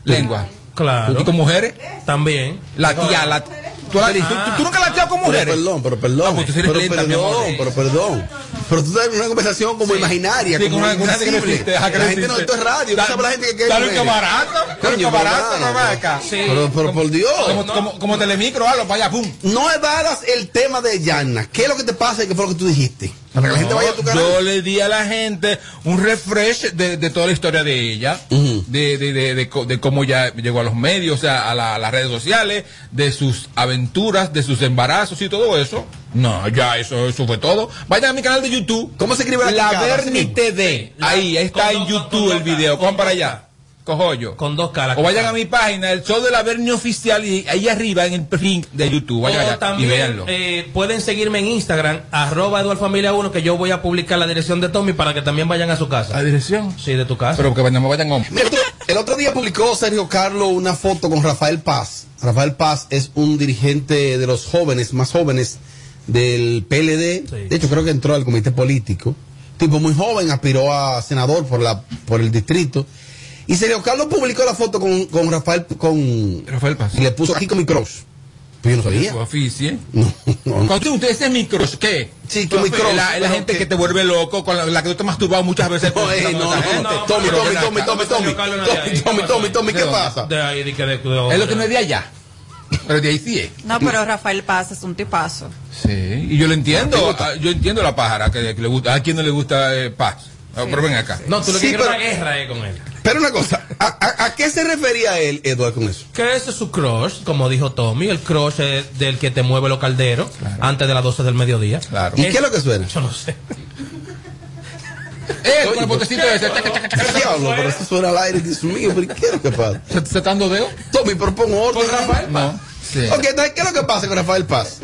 Speaker 1: Lengua.
Speaker 4: Claro.
Speaker 1: ¿Y con mujeres?
Speaker 4: También.
Speaker 1: La tía, la... ¿Tú, la- tú- tú- tú nunca la has echado con mujeres?
Speaker 5: Ah. Pero perdón, pero perdón.
Speaker 1: Ah, pues tú sí eres
Speaker 5: pero,
Speaker 1: lenta, mi amor.
Speaker 5: perdón pero perdón. Pero tú tienes una conversación como imaginaria,
Speaker 1: Sí,
Speaker 5: como
Speaker 1: con alguna que
Speaker 5: invisible.
Speaker 1: existe, ajá,
Speaker 5: La
Speaker 1: que
Speaker 5: gente no,
Speaker 1: existe.
Speaker 5: esto es radio, tú
Speaker 1: Da-
Speaker 5: sabes la gente que quiere
Speaker 1: Dale un
Speaker 5: ver.
Speaker 1: camarazo,
Speaker 5: Coño,
Speaker 1: un camarazo,
Speaker 5: pero-
Speaker 1: no va acá.
Speaker 5: Pero, pero por Dios.
Speaker 1: Como, como, como telemicro, algo, vaya, pum.
Speaker 5: No evadas el tema de Yanna. ¿Qué es lo que te pasa y qué fue lo que tú dijiste? Para que la gente
Speaker 1: No,
Speaker 5: vaya a tu canal.
Speaker 1: Yo le di a la gente un refresh de, de toda la historia de ella, de, de, de, de co- de cómo ya llegó a los medios, o sea, a, la- a las redes sociales, de sus aventuras, de sus embarazos y todo eso. No, ya eso, eso fue todo. Vayan a mi canal de YouTube.
Speaker 5: ¿Cómo se escribe la
Speaker 1: La
Speaker 5: picada?
Speaker 1: Verni
Speaker 5: Así mismo.
Speaker 1: TV. Ahí, ahí está en YouTube el video. Cojan para allá. Cojo yo.
Speaker 4: Con dos caras.
Speaker 1: O vayan a mi página, el show de la Verni Oficial, y ahí arriba en el link de YouTube. Vayan
Speaker 4: O
Speaker 1: allá
Speaker 4: también,
Speaker 1: y véanlo.
Speaker 4: eh, pueden seguirme en Instagram, arroba eduardfamilia1, que yo voy a publicar la dirección de Tommy para que también vayan a su casa. ¿La
Speaker 1: dirección?
Speaker 4: Sí, de tu casa.
Speaker 1: Pero que no vayan hombres.
Speaker 5: Mira, tú, el otro día publicó Sergio Carlos una foto con Rafael Paz. Rafael Paz es un dirigente de los jóvenes, más jóvenes del PLD. De hecho, creo que entró al comité político. Tipo muy joven, aspiró a senador por la por el distrito. Y Sergio Carlos publicó la foto con, con Rafael con
Speaker 1: Rafael Paz.
Speaker 5: Y le puso aquí con mi cross. Pero yo no sabía.
Speaker 1: Su oficio. Cuando usted, usted dice micros, ¿qué?
Speaker 5: Sí, que micros,
Speaker 1: La, la
Speaker 5: pero
Speaker 1: gente que te vuelve loco, con la, la que tú te has masturbado muchas
Speaker 5: [laughs]
Speaker 1: veces.
Speaker 5: No, ey, no, no, no, Tommy,
Speaker 1: Pero
Speaker 5: Tommy,
Speaker 1: ven
Speaker 5: Tommy,
Speaker 1: acá.
Speaker 5: Tommy, Tommy, Tommy, Tommy, Tommy, Tommy, ¿qué
Speaker 1: ¿De dónde?
Speaker 5: pasa?
Speaker 4: De ahí, de que de- de-
Speaker 1: Es lo que no es de allá. Pero de ahí sí es.
Speaker 7: No, pero Rafael Paz es un tipazo.
Speaker 1: Sí, y yo lo entiendo. ah, Yo entiendo la pájara que, que le gusta. ¿A quién no le gusta eh, paz? Ah, Pero ven acá.
Speaker 4: No, tú lo que
Speaker 5: Sí,
Speaker 4: quieres es
Speaker 5: pero-
Speaker 4: una guerra eh, con él.
Speaker 5: Pero una cosa, ¿a, a- a qué se refería él, Eduardo, con eso?
Speaker 4: Que ese es su crush, como dijo Tommy, el crush es del que te mueve los calderos antes de las 12 del mediodía.
Speaker 1: Claro.
Speaker 5: ¿Y qué es lo que suena?
Speaker 4: Yo no sé.
Speaker 1: Eh, con el potecito ese. chaca, chaca, chaca, chaca.
Speaker 5: Diablo, pero eso suena al aire, Dios mío, pero ¿qué es lo que pasa?
Speaker 1: ¿Se se están dando dedos?
Speaker 5: Tommy, propongo orden.
Speaker 1: No. Sí.
Speaker 5: Ok, entonces, ¿qué es lo que pasa con Rafael Paz?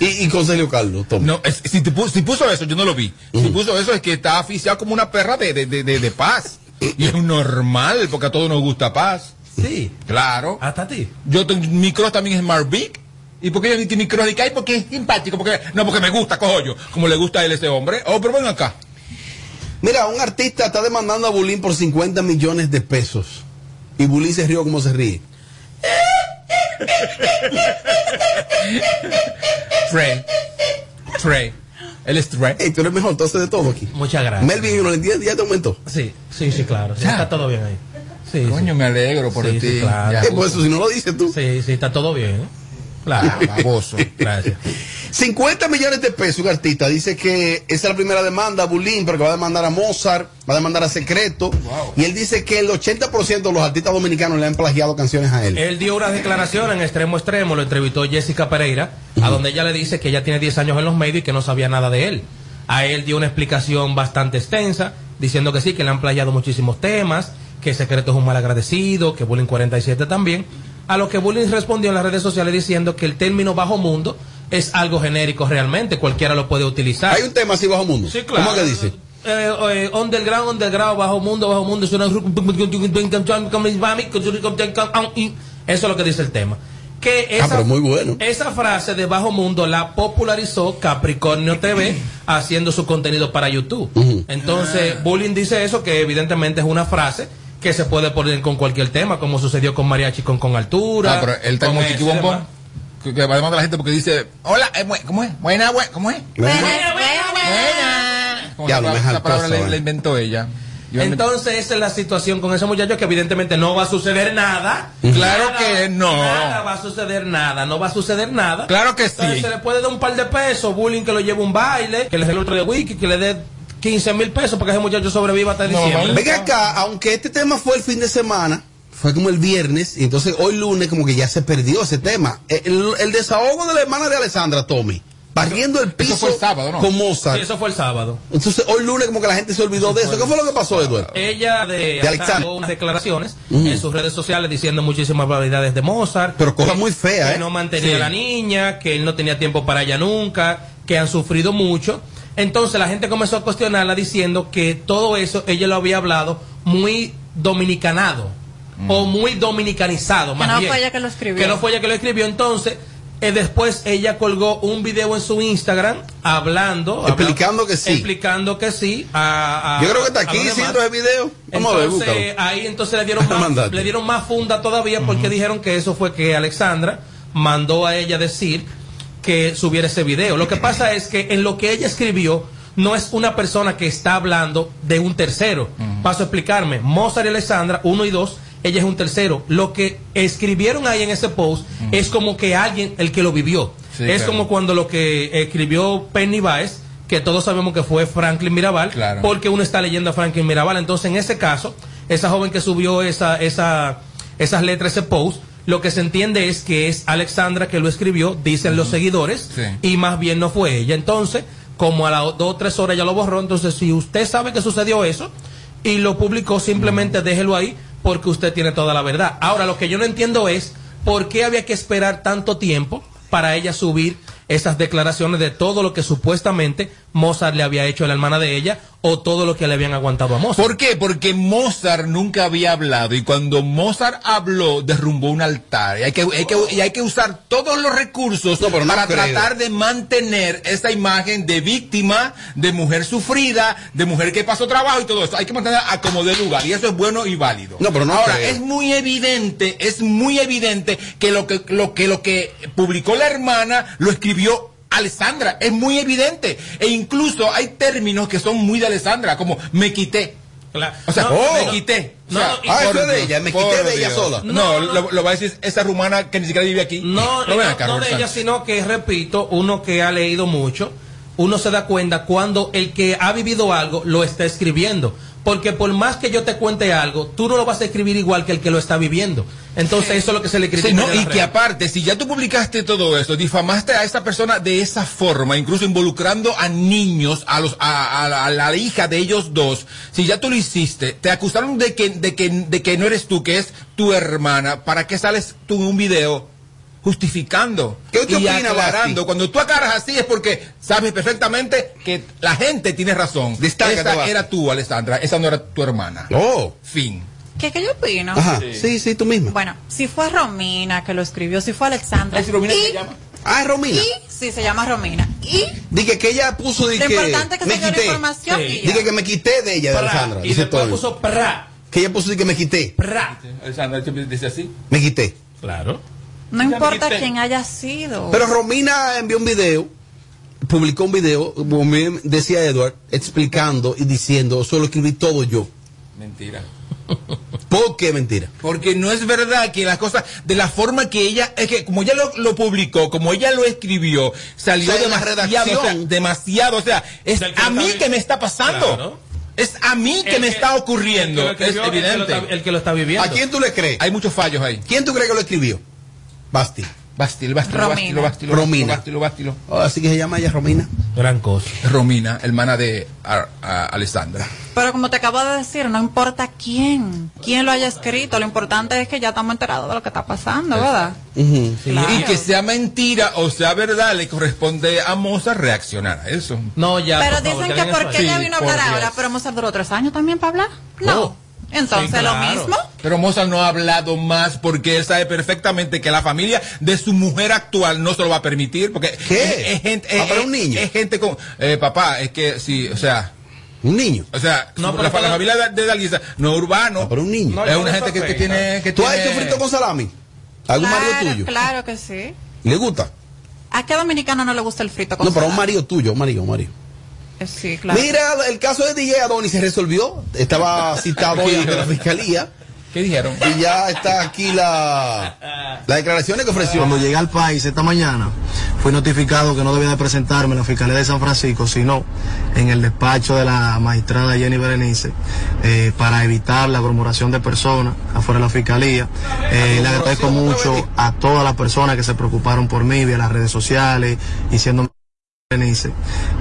Speaker 5: Y, y con Sergio Carlos, Tommy.
Speaker 1: No, es- si, te pu- si puso eso, yo no lo vi. Si puso eso, es que está aficiado como una perra de, de, de, de- de paz. Y es normal, porque a todos nos gusta paz.
Speaker 4: Sí,
Speaker 1: Claro.
Speaker 4: hasta ti.
Speaker 1: Yo tengo mi cross también es Marvic. ¿Y por qué yo ni que mi cross y que, ay, Porque es simpático. Porque, no, porque me gusta, cojo yo. Como le gusta a él ese hombre. Oh, pero ven acá.
Speaker 5: Mira, un artista está demandando a Bulín por 50 millones de pesos. Y Bulín se rió como se ríe.
Speaker 1: Trey. Trey. Él es Trey.
Speaker 5: Ey, tú eres mejor, entonces de todo aquí.
Speaker 4: Muchas gracias.
Speaker 5: Melvin, ¿no lo entiendes? Ya te aumentó.
Speaker 4: Sí, sí, sí, claro. Sí,
Speaker 1: Ya.
Speaker 4: está todo bien ahí. Sí,
Speaker 1: Coño, me alegro por
Speaker 4: Sí,
Speaker 1: ti.
Speaker 4: sí,
Speaker 5: [laughs]
Speaker 4: claro.
Speaker 1: Ya.
Speaker 5: Eh, por eso, si no lo dices tú.
Speaker 4: sí. Sí, sí, está todo bien. ¿eh?
Speaker 5: [laughs]
Speaker 4: Claro.
Speaker 1: Baboso.
Speaker 4: Gracias.
Speaker 5: 50 millones de pesos un artista. Dice que esa es la primera demanda a Bulín, pero que va a demandar a Mozart, va a demandar a Secreto. Y él dice que el 80% de los artistas dominicanos le han plagiado canciones a él.
Speaker 4: Él dio una declaración en extremo extremo, lo entrevistó Jessica Pereira, a donde ella le dice que ella tiene 10 años en los medios y que no sabía nada de él. A él dio una explicación bastante extensa, diciendo que sí, que le han playado muchísimos temas, que Secreto es un mal agradecido, que Bullying 47 también. A lo que Bullying respondió en las redes sociales diciendo que el término bajo mundo es algo genérico realmente, cualquiera lo puede utilizar.
Speaker 5: Hay un tema así bajo mundo.
Speaker 4: Sí, claro.
Speaker 5: ¿Cómo que dice?
Speaker 4: Eh, eh, underground, underground, bajo mundo, bajo mundo. suena- Eso es lo que dice el tema. que esa,
Speaker 5: Ah, pero muy bueno.
Speaker 4: esa frase de Bajo Mundo la popularizó Capricornio
Speaker 5: [clears throat]
Speaker 4: TV haciendo su contenido para YouTube.
Speaker 1: Ah.
Speaker 4: Entonces, Bullying dice eso, que evidentemente es una frase que se puede poner con cualquier tema, como sucedió con Mariachi con, con Altura.
Speaker 1: Ah, pero él está
Speaker 4: con
Speaker 1: como
Speaker 4: eso y
Speaker 1: chiquibombo,
Speaker 4: demás.
Speaker 1: Que, que además de la gente porque dice, [laughs] hola, eh, bu- ¿cómo es? Buena, buena, ¿cómo es? Como
Speaker 4: Ya,
Speaker 1: esa
Speaker 4: lo
Speaker 1: palabra-
Speaker 4: eh. más
Speaker 1: esa palabra
Speaker 4: jaltoso,
Speaker 1: la,
Speaker 4: eh.
Speaker 1: la inventó ella.
Speaker 4: Entonces, esa es la situación con ese muchacho que evidentemente no va a suceder nada.
Speaker 1: Claro
Speaker 4: Nada,
Speaker 1: que no.
Speaker 4: Nada va a suceder nada, no va a suceder nada.
Speaker 1: Claro que
Speaker 4: Entonces,
Speaker 1: sí.
Speaker 4: se le puede dar un par de pesos, bullying que lo lleve a un baile, que le dé el otro de wiki, que le dé 15 mil pesos para que ese muchacho sobreviva hasta diciembre.
Speaker 5: Venga acá, aunque este tema fue el fin de semana, fue como el viernes, y entonces hoy lunes como que ya se perdió ese tema. Eh, El, el desahogo de la hermana de Alessandra, Tommy, barriendo el piso
Speaker 4: fue el sábado, ¿no?
Speaker 5: con Mozart.
Speaker 4: Sí, eso fue el sábado.
Speaker 5: Entonces hoy lunes como que la gente se olvidó de eso. ¿Qué fue lo que pasó, Eduardo?
Speaker 4: Ella de,
Speaker 5: De Alexander. Mm.
Speaker 4: sacó unas declaraciones en sus redes sociales diciendo muchísimas barbaridades de Mozart.
Speaker 5: Pero cosa muy fea,
Speaker 4: que
Speaker 5: ¿eh?
Speaker 4: no mantenía
Speaker 5: Sí.
Speaker 4: a la niña, que él no tenía tiempo para ella nunca, que han sufrido mucho. Entonces la gente comenzó a cuestionarla diciendo que todo eso ella lo había hablado muy dominicanado
Speaker 5: Mm.
Speaker 4: o muy dominicanizado,
Speaker 7: Que
Speaker 4: más
Speaker 7: no
Speaker 4: bien.
Speaker 7: fue ella que lo escribió.
Speaker 4: Que no fue ella que lo escribió. Entonces, eh, después ella colgó un video en su Instagram hablando.
Speaker 5: Explicando
Speaker 4: habla-
Speaker 5: que sí.
Speaker 4: Explicando que sí. A, a-
Speaker 5: Yo creo que está
Speaker 4: a
Speaker 5: aquí,
Speaker 4: los demás.
Speaker 5: siendo el video. Vamos a ver,
Speaker 4: Entonces,
Speaker 5: búscalo.
Speaker 4: Ahí entonces
Speaker 5: [laughs]
Speaker 4: le dieron, más,
Speaker 5: Mandate.
Speaker 4: le dieron más funda todavía porque dijeron que eso fue que Alexandra mandó a ella decir que subiera ese video. Lo que pasa es que en lo que ella escribió no es una persona que está hablando de un tercero. Paso a explicarme. Mozart y Alexandra, uno y dos, ella es un tercero. Lo que escribieron ahí en ese post es como que alguien, el que lo vivió.
Speaker 1: Sí,
Speaker 4: es
Speaker 1: claro.
Speaker 4: como cuando lo que escribió Penny Baez, que todos sabemos que fue Franklin Mirabal, porque uno está leyendo a Franklin Mirabal. Entonces, en ese caso, esa joven que subió esa, esa, esas letras, ese post, lo que se entiende es que es Alexandra que lo escribió, dicen los seguidores, y más bien no fue ella. Entonces, como a las o- dos o tres horas ya lo borró, entonces si usted sabe que sucedió eso y lo publicó, simplemente déjelo ahí porque usted tiene toda la verdad. Ahora, lo que yo no entiendo es por qué había que esperar tanto tiempo para ella subir esas declaraciones de todo lo que supuestamente Mozart le había hecho a la hermana de ella o todo lo que le habían aguantado a Mozart.
Speaker 1: ¿Por qué? Porque Mozart nunca había hablado y cuando Mozart habló derrumbó un altar y hay que, hay que- y hay que usar todos los recursos
Speaker 5: pero no
Speaker 1: para
Speaker 5: creo.
Speaker 1: tratar de mantener esta imagen de víctima, de mujer sufrida, de mujer que pasó trabajo y todo eso. Hay que mantenerla a como de lugar y eso es bueno y válido.
Speaker 5: No, pero no
Speaker 1: Ahora,
Speaker 5: creo.
Speaker 1: es muy evidente, es muy evidente que lo que, lo que, lo que publicó la hermana lo escribió Alessandra. Es muy evidente. E incluso hay términos que son muy de Alessandra, como me quité. O sea,
Speaker 5: No,
Speaker 1: me
Speaker 5: no.
Speaker 1: quité. O
Speaker 5: No,
Speaker 1: sea,
Speaker 5: y- oh. Ah, eso
Speaker 1: por
Speaker 5: es de
Speaker 1: Dios,
Speaker 5: ella, me
Speaker 1: por
Speaker 5: quité de ella
Speaker 1: Dios.
Speaker 5: sola.
Speaker 1: No,
Speaker 4: No,
Speaker 1: Lo, lo va a decir esa rumana que ni siquiera vive aquí.
Speaker 4: No, no,
Speaker 1: ven acá,
Speaker 4: no de
Speaker 1: Roxana.
Speaker 4: ella, sino que, repito, uno que ha leído mucho, uno se da cuenta cuando el que ha vivido algo lo está escribiendo. Porque por más que yo te cuente algo, tú no lo vas a escribir igual que el que lo está viviendo. Entonces eso es lo que se le critica.
Speaker 1: Sí, no,
Speaker 4: de la
Speaker 1: y
Speaker 4: red.
Speaker 1: que aparte, si ya tú publicaste todo eso, difamaste a esa persona de esa forma, incluso involucrando a niños, a los, a, a la- a la hija de ellos dos, si ya tú lo hiciste, te acusaron de que, de que, de que no eres tú, que es tu hermana, ¿para qué sales tú en un video justificando
Speaker 5: ¿Qué usted
Speaker 1: y
Speaker 5: opina,
Speaker 1: aclarando?
Speaker 5: Basti?
Speaker 1: Cuando tú aclaras así es porque sabes perfectamente que la gente tiene razón.
Speaker 5: Destácate,
Speaker 1: esa
Speaker 5: Basti.
Speaker 1: era tú, Alessandra, esa no era tu hermana.
Speaker 5: Oh.
Speaker 1: Fin.
Speaker 7: ¿Qué que yo opino?
Speaker 5: Ajá. Sí. sí, tú misma.
Speaker 7: Bueno, si fue Romina que lo escribió, si fue Alexandra.
Speaker 5: Ay, si Romina
Speaker 7: y-
Speaker 5: se llama. Ah, es Romina.
Speaker 7: Y, sí, se llama Romina. Y
Speaker 5: Dije que ella puso de
Speaker 7: Lo
Speaker 5: que
Speaker 7: importante es que
Speaker 5: me
Speaker 7: salió la
Speaker 5: quité.
Speaker 7: información y ya.
Speaker 5: Dije que me quité de ella, de
Speaker 1: Pra.
Speaker 5: Alessandra.
Speaker 1: Y
Speaker 5: dice
Speaker 1: después
Speaker 5: Tony.
Speaker 1: puso pra.
Speaker 5: Que ella puso de que me quité.
Speaker 1: Alessandra siempre dice así.
Speaker 5: Me quité.
Speaker 4: Claro.
Speaker 7: no importa
Speaker 5: quité.
Speaker 7: quién haya sido.
Speaker 5: Oh. Pero Romina envió un video, publicó un video, como bien decía Edward, explicando y diciendo, solo escribí todo yo.
Speaker 1: Mentira.
Speaker 5: ¿Por qué mentira?
Speaker 1: Porque no es verdad que las cosas, de la forma que ella, es que como ella lo, lo publicó, como ella lo escribió, salió
Speaker 5: O sea,
Speaker 1: de
Speaker 5: en la
Speaker 1: demasiado, o sea,
Speaker 5: redacción.
Speaker 1: demasiado, o sea, es a mí que me está pasando.
Speaker 5: Claro.
Speaker 1: Es a mí que
Speaker 5: El
Speaker 1: me
Speaker 5: que-
Speaker 1: está ocurriendo.
Speaker 5: el que lo escribió,
Speaker 1: es
Speaker 5: el que lo
Speaker 1: evidente.
Speaker 5: está- el
Speaker 4: que lo está viviendo.
Speaker 5: ¿A quién tú le crees?
Speaker 1: Hay muchos fallos ahí.
Speaker 5: ¿Quién tú crees que lo escribió? Basti.
Speaker 1: Basti, el Basti, lo Basti, lo Basti, lo
Speaker 5: Romina.
Speaker 1: Basti, lo Basti, lo-
Speaker 5: Oh, así que se llama ella Romina.
Speaker 4: Gran cosa.
Speaker 1: Romina, hermana de a- a- Alessandra.
Speaker 7: Pero como te acabo de decir, no importa quién, quién lo haya escrito, lo importante es que ya estamos enterados de lo que está pasando, ¿verdad?
Speaker 1: Y que sea mentira o sea verdad, le corresponde a Mozart reaccionar a eso.
Speaker 4: No, ya.
Speaker 7: Pero dicen que por qué ella vino a hablar ahora, pero Mozart duró tres años también para hablar. No. Entonces,
Speaker 1: Sí, claro.
Speaker 7: lo mismo.
Speaker 1: Pero Mozart no ha hablado más porque él sabe perfectamente que la familia de su mujer actual no se lo va a permitir. Porque Es, es gente.
Speaker 5: Ah,
Speaker 1: Es, un niño. Es gente con. eh, papá, es que sí, o sea.
Speaker 5: Un niño.
Speaker 1: O sea,
Speaker 5: No,
Speaker 1: su-
Speaker 5: pero
Speaker 1: la,
Speaker 5: para-
Speaker 1: la familia de, de Dalisa no es urbano.
Speaker 5: pero un niño.
Speaker 1: es una gente que, que tiene. Que
Speaker 5: ¿Tú has
Speaker 1: tiene-
Speaker 5: hecho frito con salami? ¿Algún marido
Speaker 7: Claro,
Speaker 5: tuyo?
Speaker 7: Claro que sí.
Speaker 5: ¿Le gusta?
Speaker 7: ¿A qué dominicano no le gusta el frito con
Speaker 5: No, pero a un
Speaker 7: salami?
Speaker 5: marido tuyo, un marido, un marido.
Speaker 7: Eh, Sí, claro.
Speaker 5: Mira, el caso de DJ Adonis se resolvió. Estaba citado hoy ante la fiscalía.
Speaker 1: ¿Qué dijeron?
Speaker 5: Y ya está aquí la, la declaración que
Speaker 1: Ah.
Speaker 5: ofreció.
Speaker 19: Cuando llegué al país esta mañana, fui notificado que no debía de presentarme en la Fiscalía de San Francisco, sino en el despacho de la magistrada Jenny Berenice, eh, para evitar la aglomeración de personas afuera de la Fiscalía. Eh, le agradezco mucho a todas las personas que se preocuparon por mí vía las redes sociales, diciéndome... Berenice,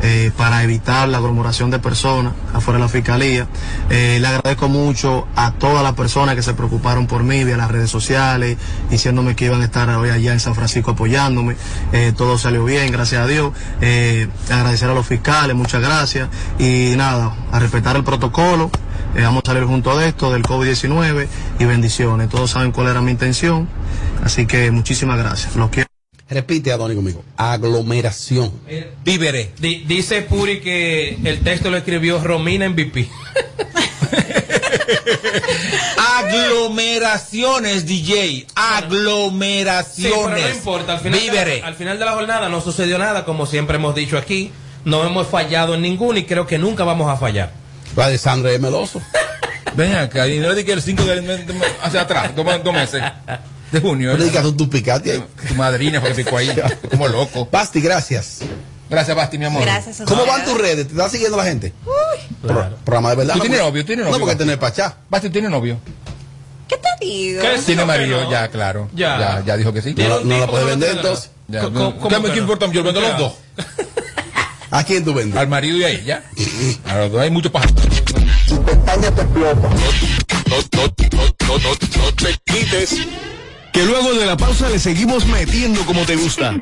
Speaker 19: eh, para evitar la aglomeración de personas afuera de la fiscalía. Eh, le agradezco mucho a todas las personas que se preocuparon por mí vía las redes sociales, diciéndome que iban a estar hoy allá en San Francisco apoyándome. Eh, todo salió bien, gracias a Dios. Eh, agradecer a los fiscales, muchas gracias. Y nada, a respetar el protocolo. Eh, vamos a salir junto de esto, del COVID-19 y bendiciones. Todos saben cuál era mi intención. Así que muchísimas gracias. Los quiero.
Speaker 5: Repite, Adonis, conmigo. Aglomeración.
Speaker 1: Víveres.
Speaker 4: Di- dice Puri que el texto lo escribió Romina MVP.
Speaker 1: Aglomeraciones, DJ.
Speaker 4: Sí, pero no
Speaker 1: Aglomeraciones.
Speaker 4: importa, al final,
Speaker 1: Víveres.
Speaker 4: al final de la jornada no sucedió nada, como siempre hemos dicho aquí. No hemos fallado en ninguno y creo que nunca vamos a fallar.
Speaker 5: La de Sandra de Meloso.
Speaker 1: Ven acá, y no le dije que el 5 de, de- de- hacia atrás, dos, dos meses. De junio. ¿eh?
Speaker 5: No digas tú, tú picaste ahí.
Speaker 1: Tu madrina fue que picó
Speaker 5: [laughs]
Speaker 1: ahí, como loco.
Speaker 5: Basti, gracias.
Speaker 1: Gracias, Basti, mi amor.
Speaker 5: Gracias, ¿Cómo van tus redes? ¿Te está siguiendo la gente? Pro- programa de verdad.
Speaker 1: ¿Tú
Speaker 5: no,
Speaker 1: tienes
Speaker 5: porque-
Speaker 1: novio? ¿Tienes
Speaker 5: No,
Speaker 1: novio,
Speaker 5: porque
Speaker 1: Basti?
Speaker 5: tenés pachá.
Speaker 1: Basti, ¿tiene novio?
Speaker 8: Te digo.
Speaker 1: Tiene marido, ya, claro.
Speaker 5: Ya.
Speaker 1: Ya. ya, dijo que sí.
Speaker 5: No, no la puedes vender entonces.
Speaker 1: Ya, no. ¿Qué me- qué importa? Yo vendo los dos.
Speaker 5: [laughs] ¿A quién tú vendes?
Speaker 1: Al marido y a
Speaker 5: [laughs]
Speaker 1: ella. A los dos hay mucho paja.
Speaker 20: No, no, no te quites. Que luego de la pausa le seguimos metiendo como te gusta.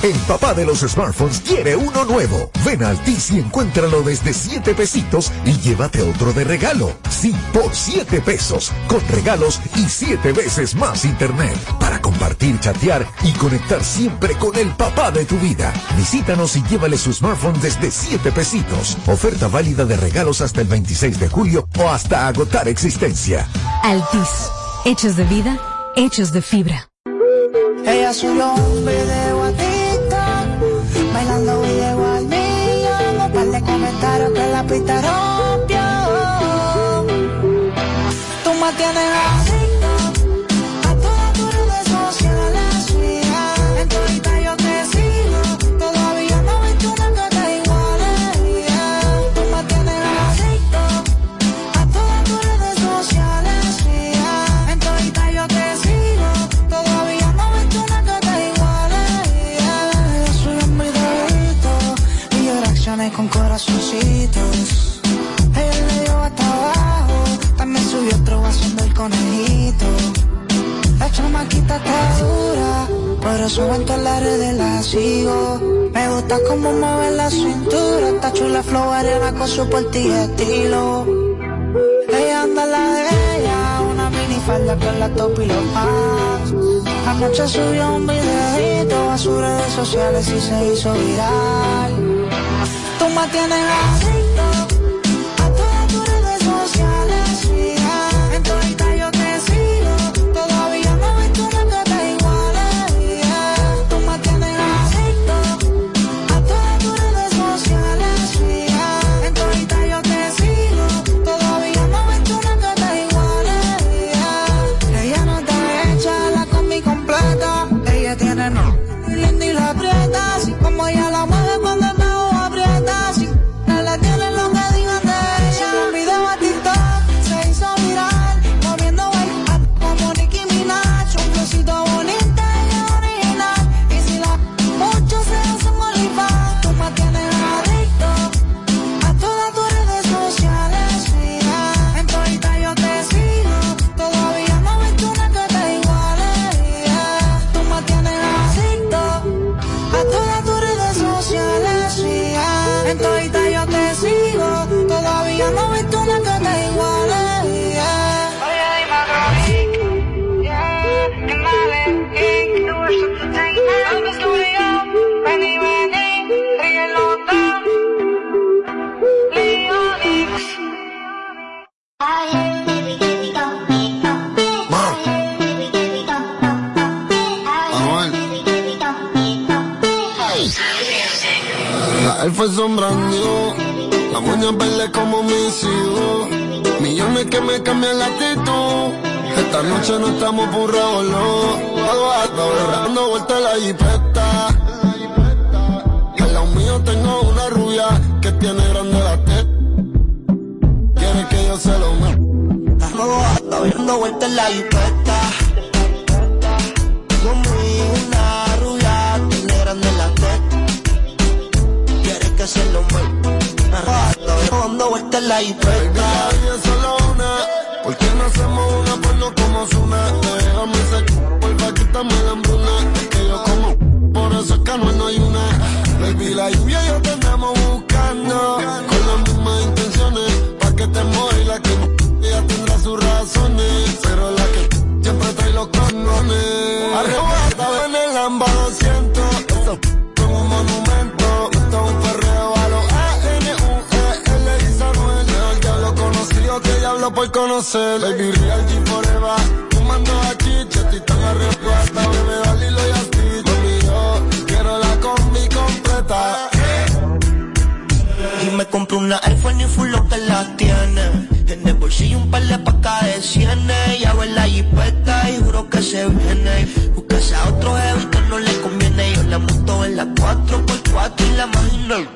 Speaker 13: El papá de los smartphones quiere uno nuevo. Ven a Altis y encuéntralo desde 7 pesitos y llévate otro de regalo. Sí, por 7 pesos, con regalos y 7 veces más internet. Para compartir, chatear y conectar siempre con el papá de tu vida. Visítanos y llévale su smartphone desde 7 pesitos. Oferta válida de regalos hasta el 26 de julio o hasta agotar existencia.
Speaker 11: Altis, hechos de vida, hechos de fibra.
Speaker 6: Ella subió un video a TikTok Bailando video al millón Par de comentarios que la pista rompió Tú me tienes adicto A todas tus redes sociales, mía En todita yo te sigo Todavía no he visto una que te iguale yeah. Tú me tienes adicto a todas tus redes sociales, mía. En todita yo te sigo. Todavía no he visto una que te iguale. yeah. Yo soy un videíto y yo reaccioné con corazoncitos. Ella le dio hasta abajo. También subió otro haciendo el conejito. La chamaquita está dura, por eso en todas las redes la sigo. Me gusta cómo mueve la cintura, está chula flow arena con su portillo estilo. Ella anda en la de ella, una minifalda con la top y los pants. Anoche subió un videito a sus redes sociales y se hizo viral. Tú me tienes adicto a todas tus redes sociales, mía. En todita yo te sigo, todavía no he visto una que te iguale. yeah. Tú me tienes adicto a todas tus redes sociales, mía. En todita yo te sigo, todavía no he visto una que te iguale. yeah. Ella no está hecha la combi completa, ella tiene no linda y la aprieta así como ella la mueve cuando el nabo aprieta así no la tiene lo que digan de ella un video a TikTok se hizo viral moviendo el cap como Nicki Minaj un cosito bonito y original y si la mucho se hace molifar tú me tienes adicto a todas tus redes sociales mira en todita yo te sigo todavía no he visto una que te iguale yeah. tú me tienes adicto a todas tus redes sociales, mía. En todita yo te sigo. Todavía no he visto una que te iguale, yeah.
Speaker 21: La elfa sombrando, la moña verde como mi ciudad. Millones que me cambian la actitud. Esta noche no estamos por revoló. Dando vuelta la jipeta. Al lado mío tengo una rubia que tiene grande la teta. Quiere que yo se lo meta.
Speaker 6: Está dando vuelta en la jipeta. Conmigo una rubia tiene grande la teta. Quiere que se lo mueva. Está dando vuelta en la jipeta.
Speaker 21: Ella solo una, ¿por qué no hacemos una por no como Zuna? Déjame ese c- porfa, quítame la hambruna. Es que yo como, por eso es que no, no hay una. Baby, la lluvia y yo te andamos buscando, con las mismas intenciones, pa' que te mueres la que ella tendrá sus razones, pero la que siempre trae los condones. Arrebata en el AMBA 200, eso como un monumento, esto es un perreo a los A-N-U-E-L y E Samuel, el diablo conocido que diablo por conocer, baby real G forever, fumando aquí, chetita la arrebata, bebé dale lo y así, mami yo quiero la combi completa.
Speaker 6: Y me compré una iPhone y full lo que la tiene. En el bolsillo un par de pacas de cienes. Y hago en la jipeta y juro que se viene. Búsquese a otro heavy que no le conviene. Yo la monto en la 4x4 y la imagino.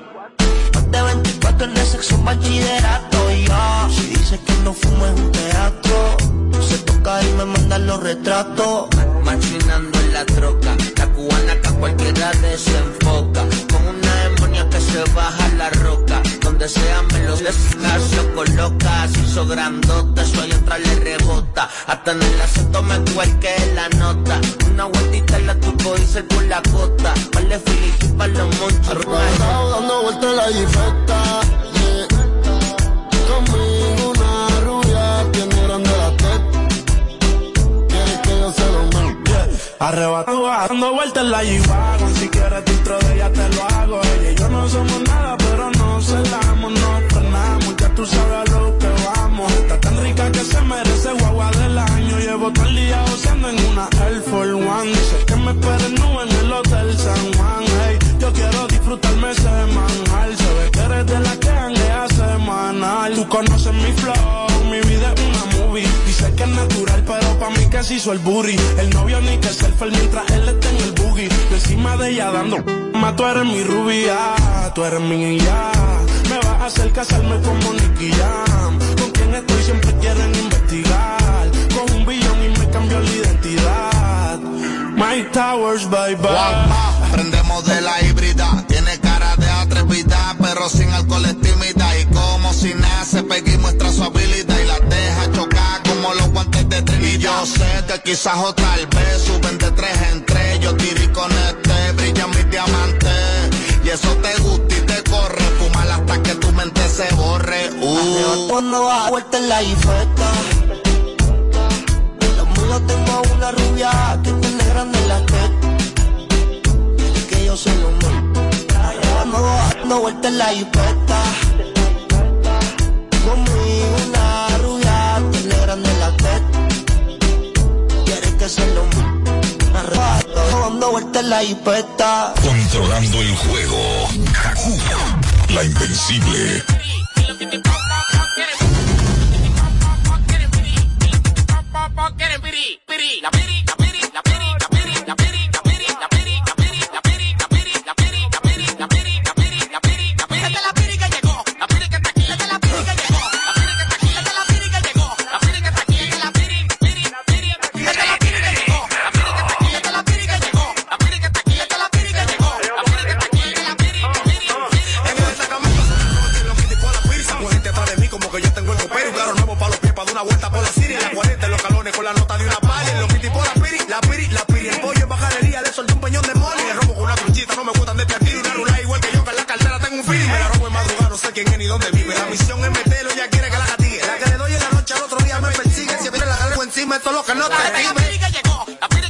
Speaker 6: Más de 24 en el sexo un bachillerato. Y ya, si dice que no fumo es un teatro. Se toca y me mandan los retratos.
Speaker 22: Machinando en la troca, la cubana que a cualquiera desenfoca. Con una demonia que se baja la roca, donde sea me lo desenga, se coloca. Se hizo grandota, su allá atrás le rebota. Hasta en el acento me cuelque la nota. Una vueltita en la tuya Francisco y ser por la costa. Par de Philip y par los monchos.
Speaker 21: Arrebatado dando vueltas en la jipeta. yeah. Conmigo una rubia tiene grande la teta. Quiere que yo se lo mande.
Speaker 18: Arrebatado dando vueltas en la G-Wagon Si quieres dentro de ella te lo hago Ella y yo no somos nada pero no celamos No frenamos, ya tú sabes a lo que vamos Está tan rica que se merece guagua del año Llevo todo el día goceando en una Air Force One Dice que me espera en nube en el Hotel San Juan Hey, yo quiero disfrutarme semanal Se ve que eres de la que hanguea semanal Tú conoces mi flow, mi vida es una movie Dice que es natural, pero pa' mí que se hizo el booty. El novio ni que selfie mientras él está en el boogie. Yo encima de ella dando. Ma, tú eres mi rubia, tú eres mi ya. Me vas a hacer casarme como Nicky Jam. Con quien estoy siempre quieren investigar. Con un billón y me cambió la identidad. My Towers, bye bye.
Speaker 3: Guapa, prendemos de la híbrida. Tiene cara de atrevida, pero sin alcohol es tímida. Y como si nace, Peggy muestra su habilidad y la deja chocar como los guantes de Trinidad. Y yo sé que quizás o tal vez suben de tres en tres. Yo tiré con este, brillan mis diamantes. Y eso te gusta y te corre. Fumar hasta que tu mente se borre. Uh.
Speaker 22: Cuando va a vuelta en la jifeta. Los míos tengo una rubia que tiene grande la teta. Quiere que yo se lo mando. Cuando va dando vuelta en la jifeta. Conmigo una rubia tiene grande la teta. Quiere que se lo mando. Dando vuelta en la jipeta.
Speaker 13: Controlando el juego. Kaku, la invencible.
Speaker 3: Encima esto es lo que no te
Speaker 18: dime.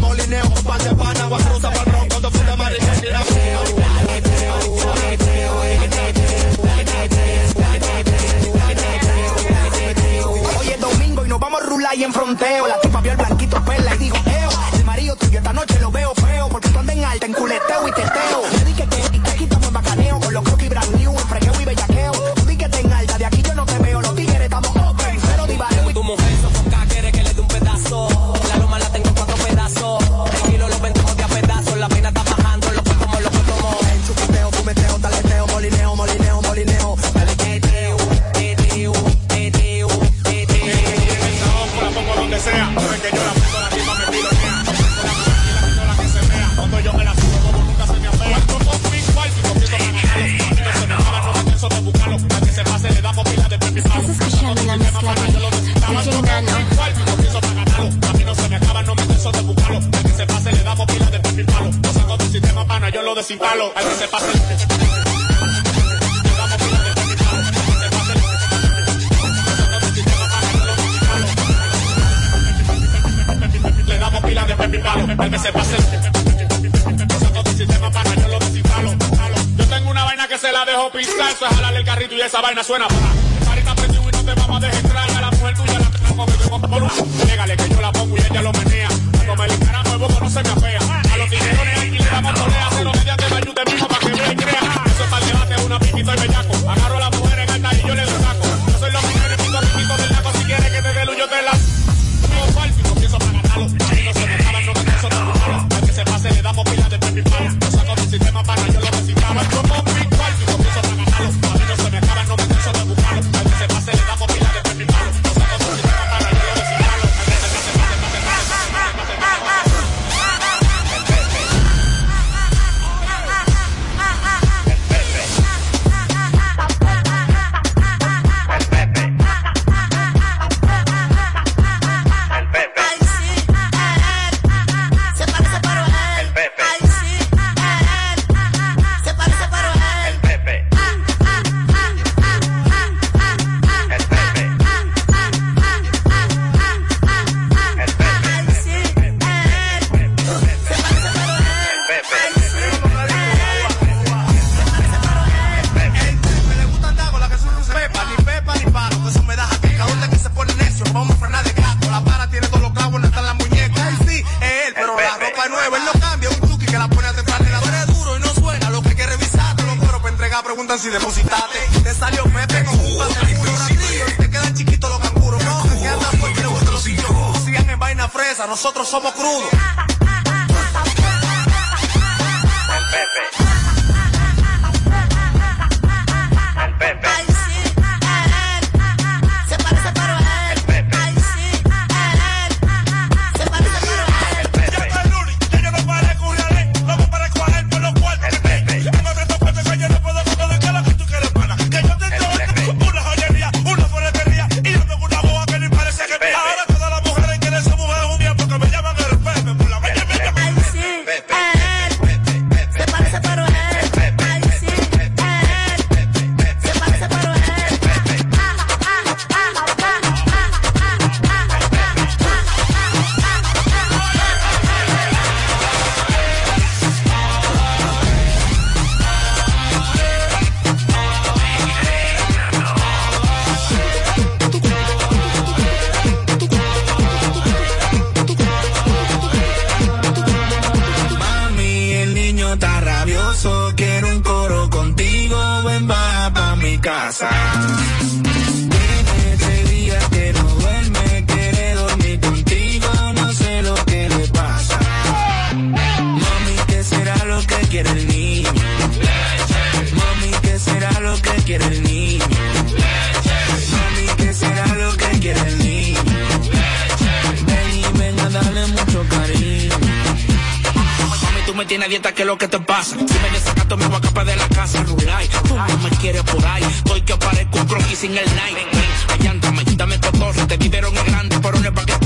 Speaker 3: Molineo, pan de pana, guacruza, pan ron, cuando fui de mariquera. en fronteo. La tipa vio el blanquito perla y dijo, eo. El marido tuyo esta noche lo veo feo. Porque tú andas en alta, en culeteo y teteo. Le dije que, y que aquí estamos en bacaneo. Con los croquis brand new, en fregueo y bellaqueo. Tú di que te en alta, de aquí yo no te veo. Los tigres estamos open, cero divareo. Y tu mujer sofoca, quiere que le dé un pedazo. La loma la tengo en cuatro pedazos. El kilo lo vendemos de a pedazos. La pena está bajando, lo que como, lo que como. El chupeteo, pumeteo, taleteo, molineo, molineo, molineo. Dale, teteo, teteo, teteo, teteo.
Speaker 23: la pongo donde sea. Saben que yo la pongo, la tipa me tironea. Con la mujer y la pistola que se vea. Cuando yo me la subo, como nunca se me apea. Cuatro, dos, mi cuarto, y consigo regalarlos. Cuando se me paran, no me pienso de buscarlos. Al que se pase, le damos pila de pepis palos. Estamos en sistema para yo lo necesitaba. Cuatro, mi cuarto, y consigo regalarlos. A mí no se me acaba, no me pienso de buscarlos. Al que se pase, le damos pila de pepis palos. Lo saco del sistema pana, yo lo desinstalo. Al que se pase, le damos pila de pepis palos. Le damos pila de pepi palo, el que se pase. Saco del sistema para yo lo desinstalo. Yo tengo una vaina que se la dejo pisar, eso es jalarle el carrito y esa vaina suena. pa. El party está prendido y no te vamos a dejar entrar. A la mujer tuya la tengo que tengo por un. Légale que yo la pongo y ella lo menea. Cuando me limpara nuevo no se me apea. A los tijerones aquí le damos tolea, se lo mediante de ayude mismo para que vea y crea. Eso es para el debate, una piquito y bellaco. Agarro a la mujer en alta y yo le doy saco. Yo soy los mujeres, pito, piquito del laco. Si quieres que te dé luz, yo te la no falso y comienzo para ganarlo. A mí no se me acaban, no me canso de buscarlo. Al que se pase le damos pila de pepi palo. Lo saco del sistema para yo lo reciclaba. Como un big falso y comienzo para ganarlo. A mí no se me acaban, no me canso de buscarlo. Al que se pase le damos pila de pepi palo. Lo saco del sistema para yo lo reciclaba. Al que se pase, pase, pase, pase, pase, pase, pase, pase.
Speaker 6: Ay, sí, se parece para él. Ay, sí, se parece para él. Ay, sí, se parece para él. Ay, sí,
Speaker 3: Pepa, ni pepa, ni paro, que eso me da jaqueca. ¿Dónde que se pone necio? Vamos a frenar de gato. La para tiene todos los clavos, no está en la muñeca. Ay, sí, es él, pero la ropa es nueva. Él no cambia, un tuki que la pone a tempranera. Tú eres duro y no suena, lo que hay que revisar. Te lo coro para entregar, preguntan si depositaste. Te salió Pepe con un pase de puro rastrillo y te quedan chiquitos los canguros. No, que anda fuerte, le gustan los sillos. Sigan en vaina fresa, nosotros somos crudos.
Speaker 6: ay, sí, se parece para él. Ay, sí, se parece para él. Se parece para él. Ay, sí, se parece para él.
Speaker 3: Mami, el niño está rabioso, quiero un coro contigo, ven va pa mi casa. Tiene tres días que no duerme, quiere dormir contigo, no sé lo que le pasa. Mami, ¿qué será lo que quiere el niño? Mami, ¿qué será lo que quiere el niño? Mami, ¿qué será lo que quiere el niño? Ven y ven a darle mucho cariño. Mami, tú me tienes a dieta, ¿qué es lo que te pasa? Si me desacato, me voy a escapar de la casa, Rulay. Tú no me quieres por ahí. Estoy que parezco un croquis sin el night. Ven, ven, allántame, dame cotorra. Te vivieron en grande, por un pa' que